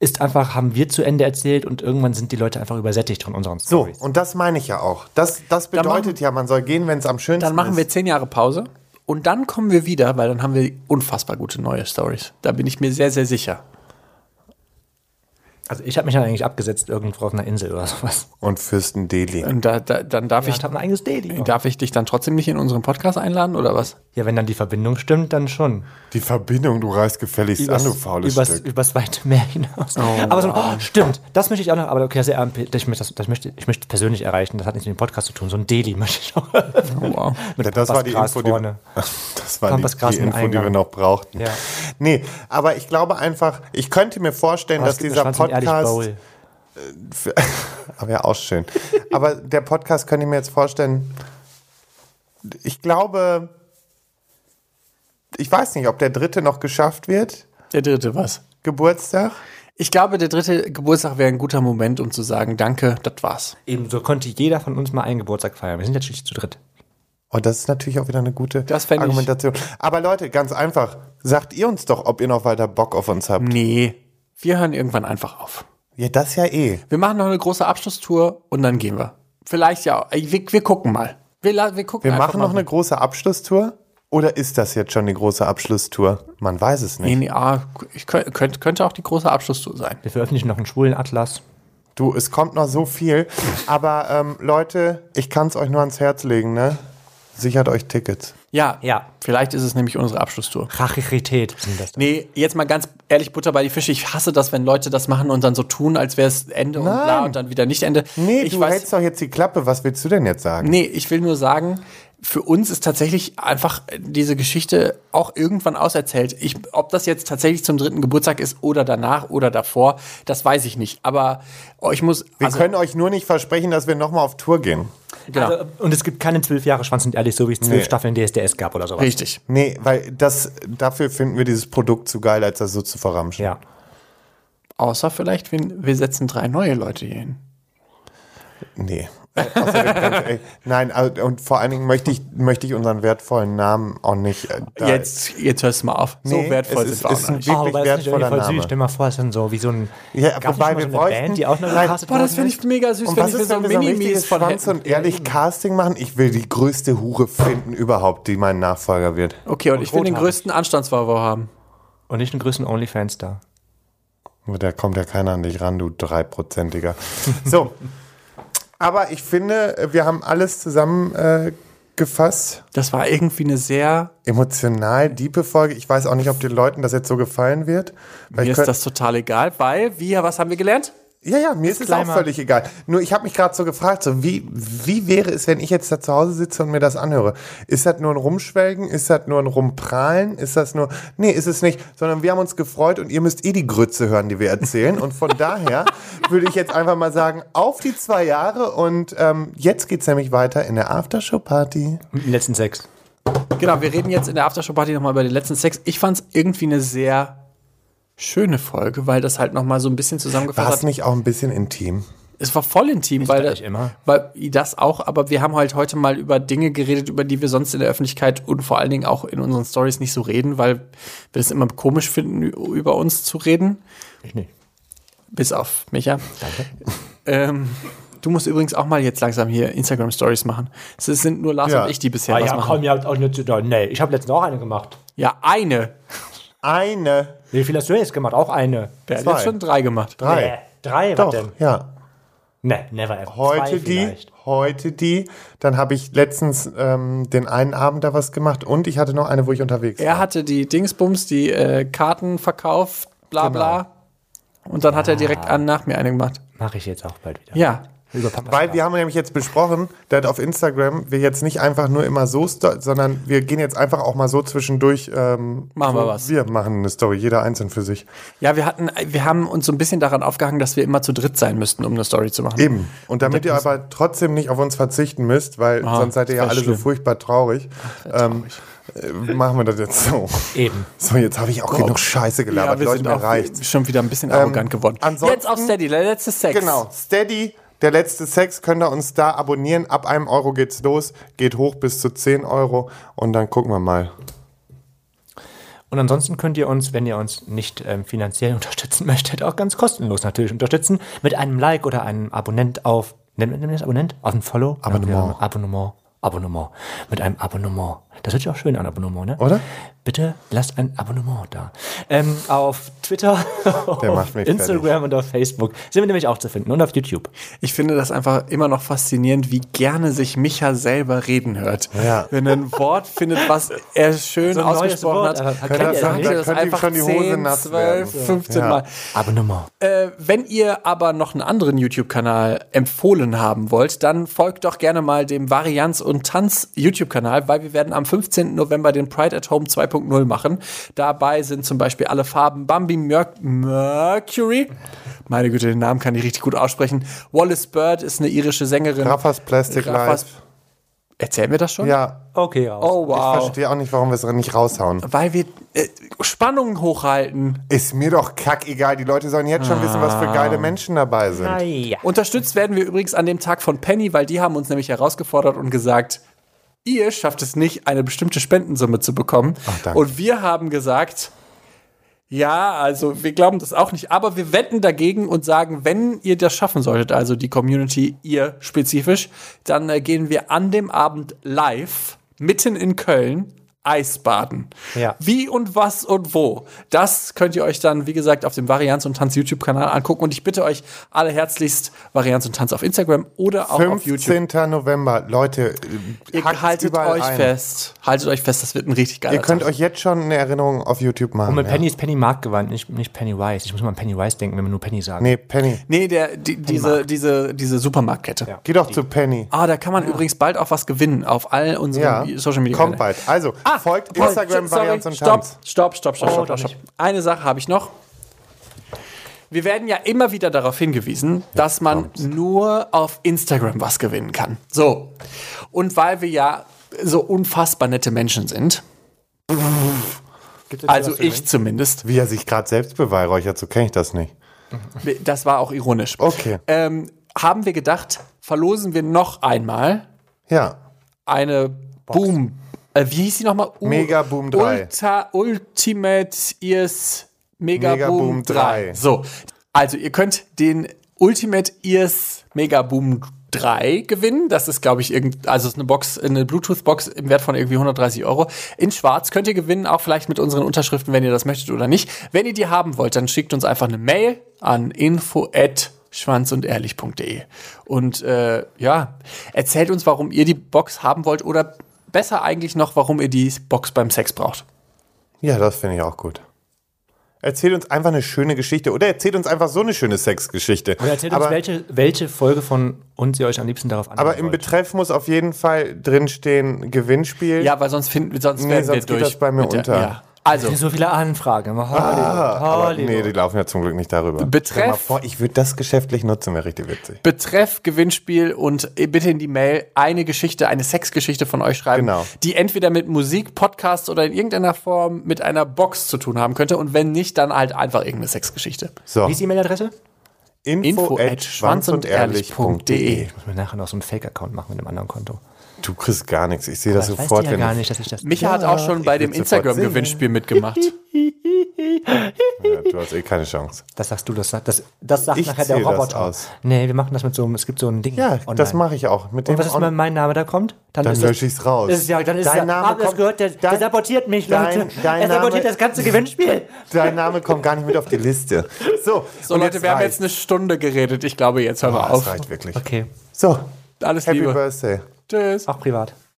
C: ist einfach, haben wir zu Ende erzählt und irgendwann sind die Leute einfach übersättigt von unseren
B: So,
C: Stories.
B: und das meine ich ja auch. Das, das
A: Dann machen-
B: bedeutet ja, man soll gehen, wenn es am schönsten ist.
A: Dann machen wir zehn Jahre Pause und dann kommen wir wieder, weil dann haben wir unfassbar gute neue Stories. Da bin ich mir sehr, sehr sicher.
C: Also ich habe mich dann eigentlich abgesetzt irgendwo auf einer Insel oder sowas.
B: Und Fürsten Delhi.
A: Und da, da, dann darf
C: Ich habe ein eigenes Daily.
A: ich darf ich dich dann trotzdem nicht in unseren Podcast einladen oder was?
C: Ja, wenn dann die Verbindung stimmt, dann schon.
B: Die Verbindung, du reißt gefälligst an, du faules
C: übers,
B: Stück.
C: übers weite Meer hinaus. aber so, oh, stimmt, das möchte ich auch noch, aber okay, das ist eher ein P- ich möchte, das, das möchte, ich möchte persönlich erreichen, das hat nichts mit dem Podcast zu tun, so ein Daily möchte ich noch.
A: Wow.
C: mit
B: Oh, Ja, das war die
C: Pampasgras
B: Info, die,
C: vorne.
B: das war
C: Pampas Gras
B: die, die
C: im
B: Info, die wir
C: Eingang.
B: noch brauchten.
C: Ja.
B: Nee, aber ich glaube einfach, ich könnte mir vorstellen,
C: Aber
B: dass
C: es gibt
B: dieser
C: eine Schwanz- und
B: Podcast.
C: Ehrlich Bowl.
B: Aber ja, auch schön. Aber der Podcast könnte ich mir jetzt vorstellen. Ich glaube, ich weiß nicht, ob der dritte noch geschafft wird,
A: Der dritte was?
B: Geburtstag.
A: Ich glaube, der dritte Geburtstag wäre ein guter Moment, um zu sagen, danke, das war's.
C: Ebenso konnte jeder von uns mal einen Geburtstag feiern. Wir sind jetzt schließlich zu dritt.
B: Und Oh, das ist natürlich auch wieder eine gute
A: Das fänd ich-
B: Argumentation. Aber Leute, ganz einfach, sagt ihr uns doch, ob ihr noch weiter Bock auf uns
C: Hm.
B: habt.
A: Nee, wir hören irgendwann einfach auf.
B: Ja, das ja eh.
A: Wir machen noch eine große Abschlusstour und dann gehen wir. Vielleicht ja, ey, wir, wir gucken mal. Wir, la- wir gucken
B: Wir
A: einfach
B: machen
A: mal.
B: noch eine große Abschlusstour? Oder ist das jetzt schon die große Abschlusstour? Man weiß es
A: Nee,
B: nicht.
A: nee, ah, ich kö- könnte, könnte auch die große Abschlusstour sein.
C: Wir veröffentlichen noch einen schwulen Atlas.
B: Du, es kommt noch so viel. Aber ähm, Leute, ich kann es euch nur ans Herz legen, ne? Sichert euch Tickets.
A: Ja,
C: Ja.
A: Vielleicht ist es nämlich unsere Abschlusstour.
C: Rachichität sind das.
A: Nee, jetzt mal ganz ehrlich, Butter bei die Fische. Ich hasse das, wenn Leute das machen und dann so tun, als wäre es Ende und bla und dann wieder nicht Ende.
B: Nee,
A: ich
B: du
A: weiß,
B: hältst doch jetzt die Klappe. Was willst du denn jetzt sagen?
A: Nee, ich will nur sagen, für uns ist tatsächlich einfach diese Geschichte auch irgendwann auserzählt. Ich, ob das jetzt tatsächlich zum dritten Geburtstag ist oder danach oder davor, das weiß ich nicht. Aber ich muss.
B: Wir
A: also,
B: können euch nur nicht versprechen, dass wir nochmal auf Tour gehen.
A: genau,
C: Also, und es gibt keine zwölf Jahre Schwanz und Ehrlich, so wie es zwölf
B: Nee.
C: Staffeln DSDS gab oder sowas.
A: richtig.
B: Nee, weil das, dafür finden wir dieses Produkt zu geil, als das so zu verramschen.
C: Ja.
A: Außer vielleicht, wir, wir setzen drei neue Leute hier hin.
B: Nee. Äh, außerdem ganz ehrlich, Nein, also, und vor allen Dingen möchte ich, möchte ich unseren wertvollen Namen auch nicht. äh, da-
A: Jetzt, jetzt hörst du mal auf.
B: Nee,
A: so wertvoll
B: es
A: sind
B: ist-
A: wir
B: es
A: auch
B: ist
A: noch
B: ein
A: nicht.
B: Wirklich
C: Oh, aber das ist nicht irgendwie
B: wertvoller
C: voll süß.
B: Name.
C: Stell mal vor, es ist dann so wie so ein.
B: Ja,
C: gab's nicht
B: wobei
C: mal
B: wir
C: so eine
B: bräuchten-
C: Band, die auch noch
B: Nein.
C: Casting
A: Boah, das
C: machen
A: finde ich mega süß,
B: Und
A: wenn
B: was
A: wir
B: ist,
A: so
B: wenn
A: ein
B: wir so ein
A: Mini-Mies
B: richtiges
A: von
B: Schwanz
A: hätten.
B: und ehrlich Casting machen? Ich will die größte Hure finden überhaupt, die mein Nachfolger wird.
A: Okay, und ich will den
C: rothaarig.
A: größten Anstandsverwau haben.
C: Und nicht den größten OnlyFans-Star.
B: Da kommt ja keiner an dich ran, du Dreiprozentiger. So. Aber ich finde, wir haben alles zusammengefasst. Äh, gefasst.
A: Das war irgendwie eine sehr.
B: Emotional, diepe Folge. Ich weiß auch nicht, ob den Leuten das jetzt so gefallen wird.
A: Mir
B: Weil ich
A: ist
B: könnt-
A: das total egal, weil wir, was haben wir gelernt?
B: Ja, ja, mir ist es auch
C: Disclaimer.
B: völlig egal. Nur ich habe mich gerade so gefragt, so wie, wie wäre es, wenn ich jetzt da zu Hause sitze und mir das anhöre? Ist das nur ein Rumschwelgen? Ist das nur ein Rumprahlen? Ist das nur. Nee, ist es nicht. Sondern wir haben uns gefreut und ihr müsst eh die Grütze hören, die wir erzählen. Und von daher würde ich jetzt einfach mal sagen, auf die zwei Jahre und ähm, jetzt geht's nämlich weiter in der Aftershow-Party.
C: Mit den letzten sechs.
A: Genau, wir reden jetzt in der Aftershow-Party nochmal über den letzten Sex. Ich fand es irgendwie eine sehr schöne Folge, weil das halt nochmal so ein bisschen
B: War
A: zusammengefasst
B: es
A: hat.
B: nicht auch ein bisschen intim?
A: Es war voll intim, weil,
C: eigentlich immer.
A: weil das auch, aber wir haben halt heute mal über Dinge geredet, über die wir sonst in der Öffentlichkeit und vor allen Dingen auch in unseren Stories nicht so reden, weil wir es immer komisch finden, ü- über uns zu reden.
C: Ich nicht.
A: Bis auf Micha. Danke. Ähm, du musst übrigens auch mal jetzt langsam hier Instagram-Stories machen. Es sind nur Lars
B: Ja.
A: und ich, die bisher
C: Ah,
A: was
C: ja,
A: machen.
C: komm, ihr habt auch nicht zu doll. Nee, ich habe letztens auch eine gemacht.
A: Ja, eine.
B: Eine,
C: Wie viel hast du jetzt gemacht? Auch eine.
A: Der hat
B: Zwei.
A: jetzt schon drei gemacht.
B: drei.
C: Nee, drei, was
B: Doch,
C: denn?
B: ja.
C: Nee, never ever. Zwei
B: Heute die,
C: vielleicht.
B: heute die. Dann habe ich letztens ähm, den einen Abend da was gemacht und ich hatte noch eine, wo ich unterwegs
A: Er
B: war.
A: hatte die Dingsbums, die äh, Kartenverkauf, bla bla.
B: Genau.
A: Und dann hat er direkt an nach mir eine gemacht.
C: Mache ich jetzt auch bald wieder.
A: Ja.
C: Über Papa
B: Weil wir haben nämlich jetzt besprochen, dass auf Instagram wir jetzt nicht einfach nur immer so, sto- sondern wir gehen jetzt einfach auch mal so zwischendurch. Ähm,
A: Machen wir
B: so,
A: was.
B: Wir machen eine Story, jeder einzeln für sich.
A: Ja, wir hatten, wir haben uns so ein bisschen daran aufgehangen, dass wir immer zu dritt sein müssten, um eine Story zu machen.
B: Eben. Und damit ihr aber trotzdem nicht auf uns verzichten müsst, weil sonst seid ihr ja
A: Ah, das wär
B: alle
A: schlimm.
B: so furchtbar traurig, ähm, äh, machen wir das jetzt so.
C: Eben.
B: So, jetzt habe ich auch genug Scheiße gelabert.
A: ja, wir
B: Leute,
A: sind
B: mir
A: auch
B: reicht's. Ähm,
A: schon wieder ein bisschen arrogant geworden.
B: ansonsten-
A: Jetzt auf Steady, der letzte Sex.
B: Genau. Steady, der letzte Sex, könnt ihr uns da abonnieren. Ab einem Euro geht's los. Geht hoch bis zu 10 Euro. Und dann gucken wir mal.
C: Und ansonsten könnt ihr uns, wenn ihr uns nicht ähm, finanziell unterstützen möchtet, auch ganz kostenlos natürlich unterstützen mit einem Like oder einem Abonnent auf, nennt man das Abonnent? Auf ein Follow?
B: Abonnement.
C: Ja, Abonnement. Abonnement. Mit einem Abonnement. Das hört sich auch schön an, Abonnement, ne?
B: Oder?
C: Bitte lasst ein Abonnement da. Ähm, auf Twitter,
B: Der
C: auf
B: macht mich
C: Instagram und auf Facebook sind wir nämlich auch zu finden und auf YouTube.
A: Ich finde das einfach immer noch faszinierend, wie gerne sich Micha selber reden hört.
B: Ja.
A: Wenn er ein Wort findet, was er schön
C: So ein neues
A: ausgesprochen
C: Wort, aber
A: hat,
C: kennt
A: dann
C: ihr das
A: sagt
C: nicht?
A: er das
B: Dann könnte ihm
A: einfach
B: schon die Hose
A: 10,
B: nass
A: 12,
B: werden.
A: 15
B: Ja.
A: Mal.
C: Abonnement.
A: Äh, wenn ihr aber noch einen anderen YouTube-Kanal empfohlen haben wollt, dann folgt doch gerne mal dem Varianz und Tanz YouTube-Kanal, weil wir werden am 15. November den Pride at Home 2.0 machen. Dabei sind zum Beispiel alle Farben Bambi Merc Mercury. Meine Güte, den Namen kann ich richtig gut aussprechen. Wallace Bird ist eine irische Sängerin.
B: Raffas Plastic
A: Raffas-
B: Life.
A: Erzählen wir das schon?
B: Ja,
C: Okay, ja.
A: Oh
B: ich
A: wow.
B: verstehe auch nicht, warum wir es nicht raushauen.
A: Weil wir äh, Spannungen hochhalten.
B: Ist mir doch kackegal. Die Leute sollen jetzt
A: Ah.
B: schon wissen, was für geile Menschen dabei sind.
C: Oh, ja.
A: Unterstützt werden wir übrigens an dem Tag von Penny, weil die haben uns nämlich herausgefordert und gesagt, ihr schafft es nicht, eine bestimmte Spendensumme zu bekommen.
B: danke.
A: und wir haben gesagt, ja, also wir glauben das auch nicht, aber wir wetten dagegen und sagen, wenn ihr das schaffen solltet, also die Community, ihr spezifisch, dann äh, gehen wir an dem Abend live mitten in Köln Eisbaden.
C: Ja.
A: Wie und was und wo. Das könnt ihr euch dann, wie gesagt, auf dem Varianz und Tanz YouTube-Kanal angucken. Und ich bitte euch alle herzlichst, Varianz und Tanz auf Instagram oder auch auf YouTube.
B: 15. November. Leute,
A: Ihr
B: hackt's
A: haltet
B: überall
A: euch
B: ein.
A: fest. Haltet euch fest, das wird ein richtig geiler
B: Ihr könnt
A: Tag.
B: euch jetzt schon eine Erinnerung auf YouTube machen.
C: Und mit
B: ja.
C: Penny ist Penny Marktgewand, nicht, nicht Pennywise. Ich muss mal an Pennywise denken, wenn wir nur Penny sagen.
B: Nee, Penny.
A: Nee, der, die, diese, diese, diese Supermarktkette.
B: Geh doch zu Penny.
A: Ah, da kann man übrigens bald auch was gewinnen auf all
B: Ja,
A: unseren Social Media.
B: kommt bald. Also, folgt
A: voll,
B: Instagram
A: sorry,
B: Varianz und
A: stopp,
B: Tanz.
A: stopp, stopp, stopp,
C: Oh,
A: stopp,
C: doch
A: stopp, stopp.
C: nicht.
A: Eine Sache habe ich noch. Wir werden ja immer wieder darauf hingewiesen, dass man nur auf Instagram was gewinnen kann. So. Und weil wir ja so unfassbar nette Menschen sind,
C: Gibt es
A: also
C: was für
A: ich zumindest,
B: Wie er sich gerade selbst beweihräuchert, so kenne ich das nicht.
A: das war auch ironisch,
B: Okay.
A: ähm, haben wir gedacht, verlosen wir noch einmal
B: Ja.
A: eine Boom. Äh, wie hieß die nochmal? U-
B: Mega Boom 3.
A: Ultra Ultimate Ears Mega,
B: Mega
A: Boom,
B: Boom
A: 3.
B: 3.
A: So. Also, ihr könnt den Ultimate Ears Mega Boom 3 gewinnen. Das ist, glaube ich, irgend, also es ist eine Box, eine Bluetooth-Box im Wert von irgendwie 130 Euro. In Schwarz könnt ihr gewinnen, auch vielleicht mit unseren Unterschriften, wenn ihr das möchtet oder nicht. Wenn ihr die haben wollt, dann schickt uns einfach eine Mail an info schwanzundehrlich.de. Und äh, ja, erzählt uns, warum ihr die Box haben wollt oder besser eigentlich noch, warum ihr die Box beim Sex braucht.
B: Ja, das finde ich auch gut. Erzählt uns einfach eine schöne Geschichte oder erzählt uns einfach so eine schöne Sexgeschichte.
C: Oder erzählt
B: aber,
C: uns, welche, welche Folge von uns ihr euch am liebsten darauf anhören
B: aber im
C: wollt.
B: Betreff muss auf jeden Fall drinstehen Gewinnspiel.
A: Ja, weil sonst finden wir, sonst
B: Nee,
A: werden
B: sonst
A: wir
B: geht
A: durch.
B: das bei mir
A: mit der-
B: unter.
A: ja. Also,
C: Es sind so viele Anfragen. Immer Hollywood,
B: Ah, aber
C: Hollywood.
B: nee, die laufen ja zum Glück nicht darüber.
A: Betreff-
B: Stell mal vor, ich würde das geschäftlich nutzen, wäre richtig witzig.
A: Betreff Gewinnspiel und äh, bitte in die Mail eine Geschichte, eine Sexgeschichte von euch schreiben,
B: Genau.
A: die entweder mit Musik, Podcast oder in irgendeiner Form mit einer Box zu tun haben könnte und wenn nicht, dann halt einfach irgendeine Sexgeschichte.
B: So,
C: Wie ist die E-Mail-Adresse?
B: info,
A: info
B: at
A: at schwanzundehrlich.de.
C: Ich muss mir nachher noch so einen Fake-Account machen mit einem anderen Konto.
B: Du kriegst gar nichts, ich sehe das
C: ich weiß
B: sofort.
C: die ja
B: wenn
C: gar
B: ich-
C: nicht, dass ich das...
A: Micha hat auch schon bei
B: ich
A: dem
B: würd sofort
A: Instagram-Gewinnspiel mitgemacht.
B: Ja, du hast eh keine Chance.
C: Das sagst du, das, sagt- das, das sagt
B: Ich
C: nachher der
B: zähl das
C: Roboter.
B: aus.
C: Nee, wir machen das mit so einem... Es gibt so ein Ding
B: Ja, das
C: online.
B: mache ich auch. Mit
C: Und
B: dem
C: was ist,
B: On-
C: wenn mein Name da kommt?
B: Dann
C: ist
B: lösche ich's raus.
C: Ist, es ja, dann ist
B: Dein
C: es ja,
B: Name
C: hab das
B: kommt-
C: gehört, der, der
B: dein-
C: sabotiert mich,
B: dein-
C: Leute.
B: dein
C: er sabotiert
B: Name-
C: das ganze Gewinnspiel.
B: Dein Name kommt gar nicht mit auf die Liste. So,
A: So Leute, wir haben jetzt eine Stunde geredet. Ich glaube, jetzt hören wir
B: Das
A: auf.
B: reicht Oh, wirklich.
C: Okay,
B: So,
A: Alles
B: Happy
A: Liebe.
B: Birthday.
A: Tschüss.
C: auch privat.